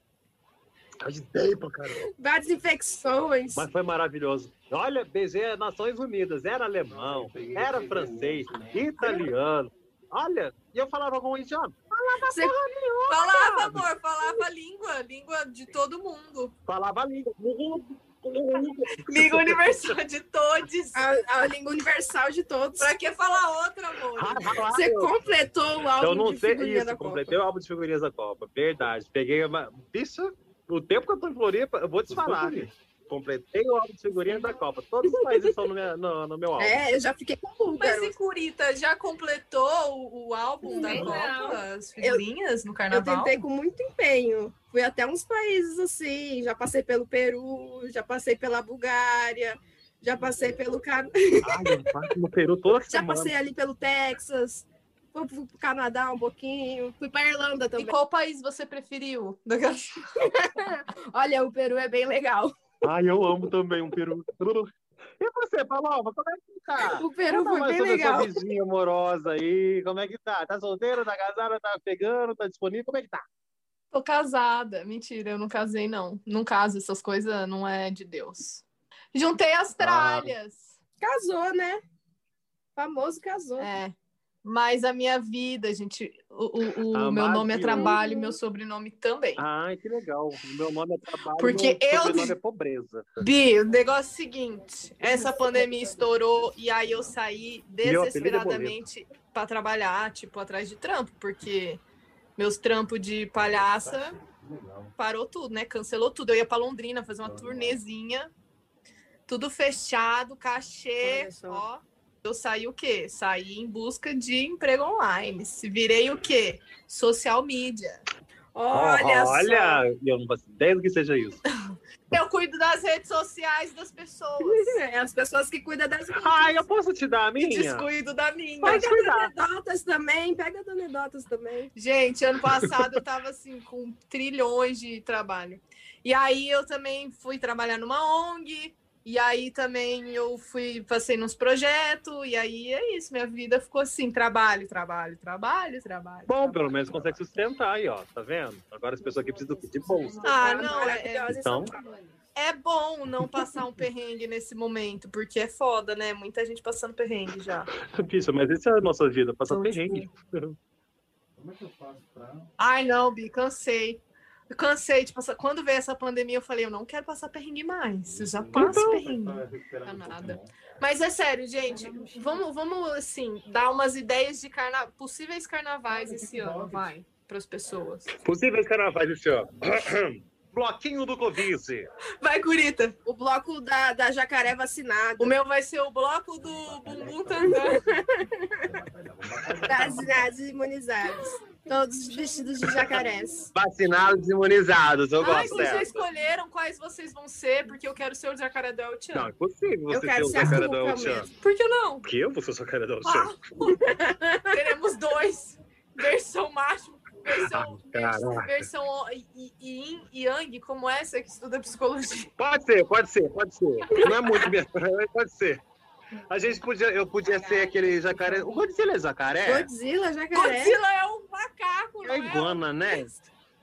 [SPEAKER 1] Ajudei pra caramba.
[SPEAKER 2] Várias infecções.
[SPEAKER 1] Mas foi maravilhoso. Olha, beijei as Nações Unidas. Era alemão, era francês, italiano. Olha, e eu falava algum idioma.
[SPEAKER 3] Falava, amor, falava a língua, língua de todo mundo.
[SPEAKER 1] Falava a língua.
[SPEAKER 3] Língua universal de todos.
[SPEAKER 2] A, a língua universal de todos.
[SPEAKER 3] Pra que falar outra, amor?
[SPEAKER 2] Você completou o álbum
[SPEAKER 1] Então Eu não
[SPEAKER 2] de
[SPEAKER 1] sei
[SPEAKER 2] figurinha
[SPEAKER 1] isso,
[SPEAKER 2] da Copa.
[SPEAKER 1] completei o álbum de figurinhas da Copa. Verdade. Peguei uma. Bicho, o tempo que eu tô em Floripa, eu vou te falar. Completei o álbum de figurinhas da Copa. Todos os países estão no meu, no, no meu álbum.
[SPEAKER 2] É, eu já fiquei com o
[SPEAKER 3] Mas
[SPEAKER 2] búlgaro.
[SPEAKER 3] e Curita já completou o, o álbum da
[SPEAKER 2] Não.
[SPEAKER 3] Copa, as figurinhas no
[SPEAKER 2] Eu
[SPEAKER 3] carnaval?
[SPEAKER 2] tentei com muito empenho. Fui até uns países assim, já passei pelo Peru, já passei pela Bulgária, já passei pelo Canadá,
[SPEAKER 1] Ai, eu passo no Peru toda
[SPEAKER 2] já
[SPEAKER 1] semana.
[SPEAKER 2] passei ali pelo Texas, fui pro Canadá um pouquinho, fui pra Irlanda
[SPEAKER 3] E
[SPEAKER 2] também.
[SPEAKER 3] qual país você preferiu?
[SPEAKER 2] Olha, o Peru é bem legal.
[SPEAKER 1] Ai, eu amo também um peru. E você, Paloma, como é que tá?
[SPEAKER 2] O Peru
[SPEAKER 1] Conta
[SPEAKER 2] foi
[SPEAKER 1] mais
[SPEAKER 2] bem
[SPEAKER 1] sobre a
[SPEAKER 2] legal.
[SPEAKER 1] sua vizinha amorosa aí, como é que tá? Tá solteiro, tá casada, tá pegando, tá disponível, como é que tá?
[SPEAKER 3] Tô casada. Mentira, eu não casei, não. Não caso, essas coisas não é de Deus. Juntei as tralhas.
[SPEAKER 2] Casou, né? Famoso casou.
[SPEAKER 3] É. Mas a minha vida, gente, o, o- o
[SPEAKER 1] Ah,
[SPEAKER 3] meu nome é
[SPEAKER 1] maravilhoso.
[SPEAKER 3] trabalho, e meu sobrenome também.
[SPEAKER 1] Ai, que legal. Meu nome é trabalho,
[SPEAKER 3] Porque
[SPEAKER 1] meu
[SPEAKER 3] eu-
[SPEAKER 1] sobrenome é pobreza.
[SPEAKER 3] Bi, o negócio é o seguinte: essa pandemia estourou e aí eu saí
[SPEAKER 1] Meu apelido é
[SPEAKER 3] desesperadamente pra trabalhar, tipo, atrás de trampo, porque meus trampos de palhaça parou tudo, né? Cancelou tudo. Eu ia pra Londrina fazer uma turnezinha, tudo fechado, cachê,
[SPEAKER 2] Olha só.
[SPEAKER 3] ó. Eu saí o quê? Saí em busca de emprego online. Se virei o quê? Social media.
[SPEAKER 2] Olha, só.
[SPEAKER 1] Olha, eu não faço ideia do que seja isso.
[SPEAKER 3] Eu cuido das redes sociais das pessoas.
[SPEAKER 2] É as pessoas que cuidam das
[SPEAKER 1] Ai, eu posso te dar a
[SPEAKER 3] E
[SPEAKER 1] minha? é
[SPEAKER 3] descuido da minha.
[SPEAKER 1] Pode cuidar.
[SPEAKER 2] anedotas também, pega as anedotas também.
[SPEAKER 3] Gente, ano passado eu tava assim com trilhões de trabalho. E aí eu também fui trabalhar numa ONG, e aí também eu fui passei nos projetos, e aí é isso, minha vida ficou assim, trabalho, trabalho, trabalho, trabalho.
[SPEAKER 1] Bom,
[SPEAKER 3] trabalho.
[SPEAKER 1] pelo menos consegue sustentar aí, ó, tá vendo? Agora as pessoas aqui precisam de bolsa.
[SPEAKER 3] Ah, não,
[SPEAKER 2] Tá
[SPEAKER 3] é-
[SPEAKER 2] Maravilhosa
[SPEAKER 1] Então?
[SPEAKER 2] essa fala.
[SPEAKER 3] É bom não passar um perrengue nesse momento, porque é foda, né? Muita gente passando perrengue já.
[SPEAKER 1] Bicho, mas isso é a nossa vida, passa
[SPEAKER 3] Então,
[SPEAKER 1] perrengue.
[SPEAKER 4] Como é que eu faço pra.
[SPEAKER 3] Ai, não, Bi, cansei. Eu cansei de passar. Quando veio essa pandemia, eu falei, eu não quero passar perrengue mais. Eu já passo
[SPEAKER 1] Então,
[SPEAKER 3] perrengue. Danada. Mas é sério, gente. Vamos, vamos assim, dar umas ideias de carna... possíveis carnavais esse ano, vai, para as pessoas.
[SPEAKER 1] Possíveis carnavais esse ano. Bloquinho do Covid.
[SPEAKER 3] Vai, Curita.
[SPEAKER 2] O bloco da, da jacaré vacinada.
[SPEAKER 3] O meu vai ser o bloco do Bumbum Tantan.
[SPEAKER 2] Das cidades imunizadas. Todos vestidos de jacarés.
[SPEAKER 1] Vacinados e imunizados, eu
[SPEAKER 3] Ai,
[SPEAKER 1] gosto
[SPEAKER 3] vocês já
[SPEAKER 1] dela.
[SPEAKER 3] escolheram quais vocês vão ser, porque eu quero ser o jacaré do El
[SPEAKER 1] Não,
[SPEAKER 3] Chan.
[SPEAKER 1] é possível você
[SPEAKER 2] Eu
[SPEAKER 1] ter
[SPEAKER 2] quero
[SPEAKER 1] o
[SPEAKER 2] ser a
[SPEAKER 1] jacaré da
[SPEAKER 2] Cuca
[SPEAKER 1] El-chan.
[SPEAKER 2] mesmo.
[SPEAKER 3] Por que não?
[SPEAKER 1] Que eu vou ser o jacaré da
[SPEAKER 3] Ah,
[SPEAKER 1] El-chan.
[SPEAKER 3] teremos dois. Versão macho, versão,
[SPEAKER 1] Ah, caraca.
[SPEAKER 3] versão e- e- e yin e yang, como essa que estuda psicologia.
[SPEAKER 1] Pode ser, pode ser, pode ser. Não é muito mesmo, mas pode ser. A gente podia, eu podia ser aquele jacaré. O Godzilla é jacaré?
[SPEAKER 2] Godzilla, jacaré.
[SPEAKER 3] Godzilla é um macaco, não
[SPEAKER 1] É
[SPEAKER 3] é?
[SPEAKER 1] iguana, né?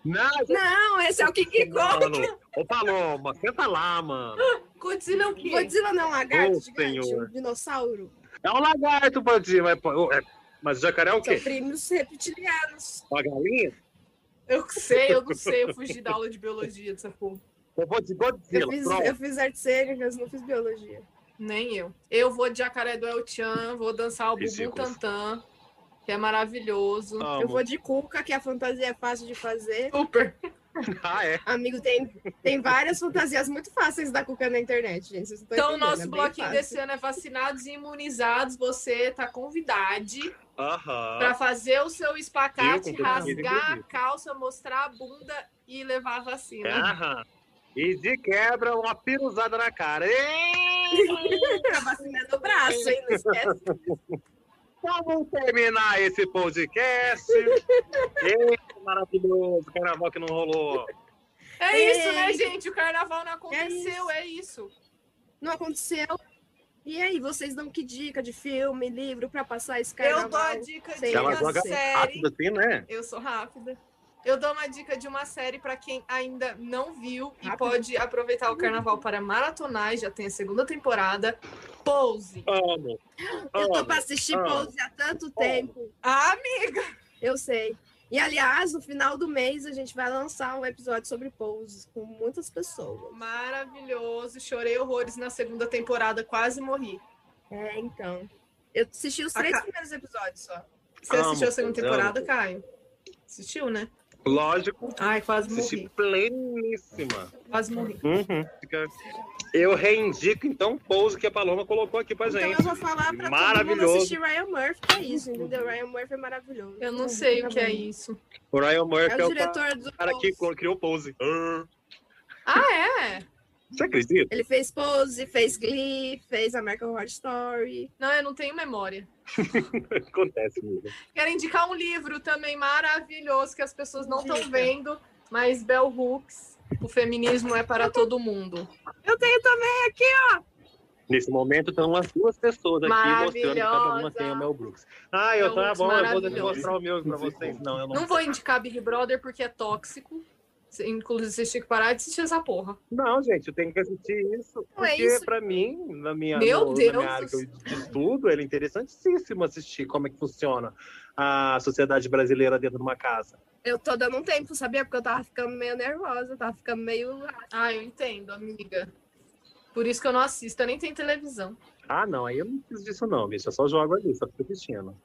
[SPEAKER 1] Não,
[SPEAKER 2] Não, esse é o King Kong.
[SPEAKER 1] mano. Ô, Paloma, senta lá, mano.
[SPEAKER 3] Godzilla é o quê?
[SPEAKER 2] Godzilla não é um lagarto
[SPEAKER 1] Ô,
[SPEAKER 2] gigante,
[SPEAKER 1] senhor.
[SPEAKER 2] um dinossauro.
[SPEAKER 1] É um lagarto, Bandinho. Mas, pô, é- mas o jacaré é o
[SPEAKER 2] São
[SPEAKER 1] quê?
[SPEAKER 2] primos reptilianos.
[SPEAKER 1] Uma galinha?
[SPEAKER 3] Eu sei, eu não sei, eu fugi da aula de biologia dessa porra.
[SPEAKER 1] Eu vou de
[SPEAKER 2] Eu
[SPEAKER 1] Godzilla,
[SPEAKER 2] fiz,
[SPEAKER 1] pronto.
[SPEAKER 2] eu fiz artes cênicas, não fiz biologia.
[SPEAKER 3] Nem eu. Eu vou de jacaré do El Chan, vou dançar o Bubu
[SPEAKER 1] Ridículo.
[SPEAKER 3] Tantan, que é maravilhoso.
[SPEAKER 1] Amo.
[SPEAKER 2] Eu vou de cuca, que a fantasia é fácil de fazer.
[SPEAKER 3] Super.
[SPEAKER 1] Ah, é.
[SPEAKER 2] Amigo, tem, tem várias fantasias muito fáceis da Cuca na internet, gente. Vocês não tão
[SPEAKER 3] Então,
[SPEAKER 2] entendendo, é
[SPEAKER 3] nosso
[SPEAKER 2] bem
[SPEAKER 3] bloquinho
[SPEAKER 2] fácil.
[SPEAKER 3] desse ano é vacinados e imunizados. Você tá convidado
[SPEAKER 1] Aham.
[SPEAKER 3] para fazer o seu
[SPEAKER 1] Ah. Eu
[SPEAKER 3] espacate,
[SPEAKER 1] com certeza.
[SPEAKER 3] rasgar a calça, mostrar a bunda e levar a vacina.
[SPEAKER 1] Aham. E de quebra, uma piruzada na cara. Ei!
[SPEAKER 2] A vacina é no braço, hein? Não esquece.
[SPEAKER 1] Então vamos terminar esse podcast. Ei, maravilhoso. Carnaval que não rolou.
[SPEAKER 3] É
[SPEAKER 2] Ei.
[SPEAKER 3] isso, né, gente? O carnaval não aconteceu,
[SPEAKER 2] isso.
[SPEAKER 3] é isso.
[SPEAKER 2] Não aconteceu. E aí, vocês dão que dica de filme, livro pra passar esse carnaval?
[SPEAKER 3] Eu dou a dica de
[SPEAKER 2] Sei
[SPEAKER 1] Ela
[SPEAKER 2] lá,
[SPEAKER 3] uma
[SPEAKER 1] joga
[SPEAKER 3] série.
[SPEAKER 1] rápido assim, né?
[SPEAKER 3] Eu sou rápida. Eu dou uma dica de uma série para quem ainda não viu e
[SPEAKER 2] Rápido.
[SPEAKER 3] pode aproveitar o carnaval para maratonar, já tem a segunda temporada. Pose.
[SPEAKER 1] Amo.
[SPEAKER 2] Eu tô
[SPEAKER 1] Amo.
[SPEAKER 2] pra assistir
[SPEAKER 1] Ah.
[SPEAKER 2] Pose há tanto tempo.
[SPEAKER 3] Ah, amiga!
[SPEAKER 2] Eu sei. E, aliás, no final do mês, a gente vai lançar um episódio sobre Pose com muitas pessoas.
[SPEAKER 3] Maravilhoso. Chorei horrores na segunda temporada, quase morri.
[SPEAKER 2] É, então. Eu assisti os três
[SPEAKER 3] Aca-
[SPEAKER 2] primeiros episódios só.
[SPEAKER 3] Você
[SPEAKER 1] Amo,
[SPEAKER 3] assistiu a segunda
[SPEAKER 1] amo.
[SPEAKER 3] temporada, Caio? Assistiu, né?
[SPEAKER 1] Lógico,
[SPEAKER 3] Ai, quase
[SPEAKER 1] assisti
[SPEAKER 3] morri.
[SPEAKER 1] pleníssima.
[SPEAKER 3] Quase morri.
[SPEAKER 1] Uhum. Fica- Eu reindico, então, o pouso que a Paloma colocou aqui pra
[SPEAKER 2] Então
[SPEAKER 1] gente.
[SPEAKER 2] eu vou falar pra todo mundo
[SPEAKER 1] Maravilhoso.
[SPEAKER 2] assistir Ryan Murphy, que é isso, entendeu? Ryan Murphy é maravilhoso.
[SPEAKER 3] Eu não
[SPEAKER 2] tá
[SPEAKER 3] sei o que é isso.
[SPEAKER 1] O Ryan Murphy
[SPEAKER 2] É o
[SPEAKER 1] cara-
[SPEAKER 2] diretor do
[SPEAKER 1] cara que
[SPEAKER 2] Pose.
[SPEAKER 1] criou o Pose.
[SPEAKER 3] Ah, é?
[SPEAKER 1] Você acredita?
[SPEAKER 2] Ele fez Pose, fez Glee, fez American Horror Story.
[SPEAKER 3] Não, eu não tenho memória.
[SPEAKER 1] Acontece mesmo.
[SPEAKER 3] Quero indicar um livro também maravilhoso que as pessoas não estão vendo, mas Bell Hooks, O Feminismo é para Todo Mundo.
[SPEAKER 2] Eu tenho também aqui,
[SPEAKER 1] Nesse momento estão as duas pessoas aqui mostrando que cada uma
[SPEAKER 3] Maravilhosa.
[SPEAKER 1] tem o Mel Brooks. Ah, eu
[SPEAKER 3] Mel
[SPEAKER 1] tá
[SPEAKER 3] Brooks
[SPEAKER 1] bom, eu vou
[SPEAKER 3] maravilhoso.
[SPEAKER 1] mostrar o meu pra vocês. Não, eu não.
[SPEAKER 3] Não vou indicar Big Brother porque é tóxico. Cê- Inclusive, vocês tinham que parar de assistir essa porra.
[SPEAKER 1] Não, gente, eu tenho que assistir isso.
[SPEAKER 2] Não, é
[SPEAKER 1] Porque,
[SPEAKER 2] isso.
[SPEAKER 1] pra mim, na minha,
[SPEAKER 3] Meu
[SPEAKER 1] no- na
[SPEAKER 3] Deus
[SPEAKER 1] minha área
[SPEAKER 3] do
[SPEAKER 1] que eu estudo, era interessantíssimo assistir como é que funciona a sociedade brasileira dentro de uma casa.
[SPEAKER 2] Eu tô dando um tempo, sabia? Porque eu tava ficando meio nervosa, eu tava ficando meio.
[SPEAKER 3] Ah, eu entendo, amiga. Por isso que eu não assisto, eu nem tenho televisão.
[SPEAKER 1] Ah, não, aí eu não preciso disso, não, bicho. Eu só jogo ali, só fico assistindo.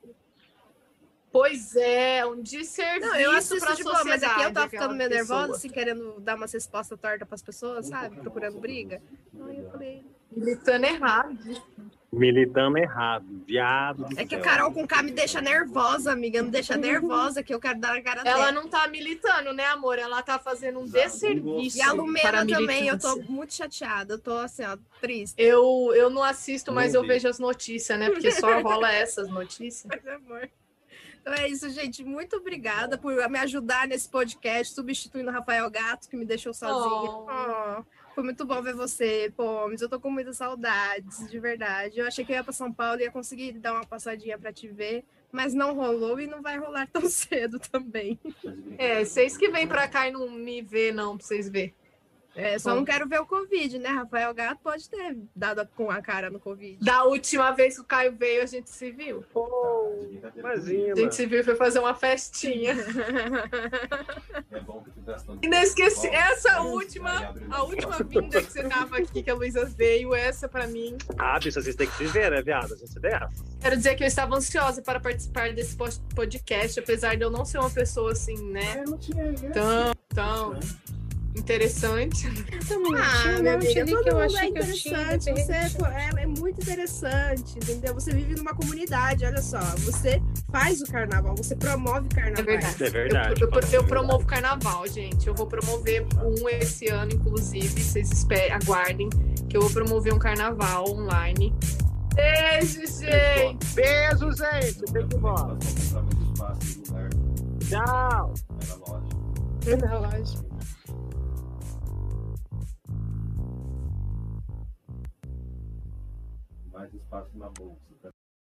[SPEAKER 3] Pois é, um desserviço
[SPEAKER 2] Não, eu assisto
[SPEAKER 3] pra
[SPEAKER 2] de boa, mas aqui eu tava
[SPEAKER 3] sociedade,
[SPEAKER 2] ficando meio
[SPEAKER 3] aquela pessoa.
[SPEAKER 2] nervosa, assim, querendo dar umas respostas tortas pras pessoas, sabe? Procurando briga. Aí eu falei.
[SPEAKER 3] Militando errado.
[SPEAKER 1] Militando errado, viado. do
[SPEAKER 2] É que
[SPEAKER 1] céu.
[SPEAKER 2] a Carol com K me deixa nervosa, amiga. Me deixa nervosa, que eu quero dar a cara
[SPEAKER 3] Ela
[SPEAKER 2] dela.
[SPEAKER 3] não tá militando, né, amor? Ela tá fazendo um
[SPEAKER 4] Exato, não
[SPEAKER 3] desserviço.
[SPEAKER 4] gosto.
[SPEAKER 2] E a Lumena
[SPEAKER 3] para a
[SPEAKER 2] também, eu tô
[SPEAKER 3] militância.
[SPEAKER 2] muito chateada. Eu tô assim, ó, triste.
[SPEAKER 3] Eu, eu não assisto, mas
[SPEAKER 1] Não
[SPEAKER 3] eu
[SPEAKER 1] vi.
[SPEAKER 3] vejo as notícias, né? Porque só rola essas notícias.
[SPEAKER 2] Mas, amor. Tá Então é isso, gente. Muito obrigada por me ajudar nesse podcast, substituindo o Rafael Gato, que me deixou sozinha.
[SPEAKER 3] Oh.
[SPEAKER 2] Oh, foi muito bom ver você, Pomes. Eu tô com muitas saudades, de verdade. Eu achei que eu ia pra São Paulo e ia conseguir dar uma passadinha pra te ver, mas não rolou e não vai rolar tão cedo também.
[SPEAKER 3] É, vocês que vêm pra cá e não me vê, não, pra vocês verem.
[SPEAKER 2] É, só não quero ver o Covid, né? Rafael Gato pode ter dado a- com a cara no Covid.
[SPEAKER 3] Da última vez que o Caio veio, a gente se viu.
[SPEAKER 1] Pô,
[SPEAKER 4] Imagina.
[SPEAKER 1] imagina.
[SPEAKER 3] A gente se viu e foi fazer uma festinha.
[SPEAKER 4] É bom que tu gasta um-
[SPEAKER 3] E não esqueci, essa
[SPEAKER 4] Aí
[SPEAKER 3] última,
[SPEAKER 4] abre um o
[SPEAKER 3] a
[SPEAKER 4] negócio.
[SPEAKER 3] última vinda que você tava aqui, que a Luísa veio, essa pra mim.
[SPEAKER 1] Ah, bicho, vocês têm que se ver, né, viado? A gente tem essa.
[SPEAKER 3] Quero dizer que eu estava ansiosa para participar desse pos- podcast, apesar de eu não ser uma pessoa assim, né?
[SPEAKER 4] É, não tinha
[SPEAKER 2] Então.
[SPEAKER 3] Tão, tão interessante.
[SPEAKER 2] Ah, minha amiga,
[SPEAKER 5] amiga,
[SPEAKER 2] todo
[SPEAKER 5] um que eu
[SPEAKER 2] mundo é
[SPEAKER 5] achei que eu tinha.
[SPEAKER 2] interessante. Você é, co- ela é muito interessante, entendeu? Você vive numa comunidade, olha só. Você faz o carnaval, você promove o carnaval.
[SPEAKER 3] É verdade.
[SPEAKER 1] É verdade.
[SPEAKER 3] Eu, eu- eu promovo carnaval, gente. Eu vou promover um esse ano, inclusive. Vocês esperem, aguardem que eu vou promover um carnaval online. Beijo, gente!
[SPEAKER 1] Beijo, gente. Tem que ir embora.
[SPEAKER 4] comprar muito espaço e um lugar
[SPEAKER 1] Tchau.
[SPEAKER 4] na loja.
[SPEAKER 5] é
[SPEAKER 2] Na loja.
[SPEAKER 4] Mais espaço na bolsa. tá?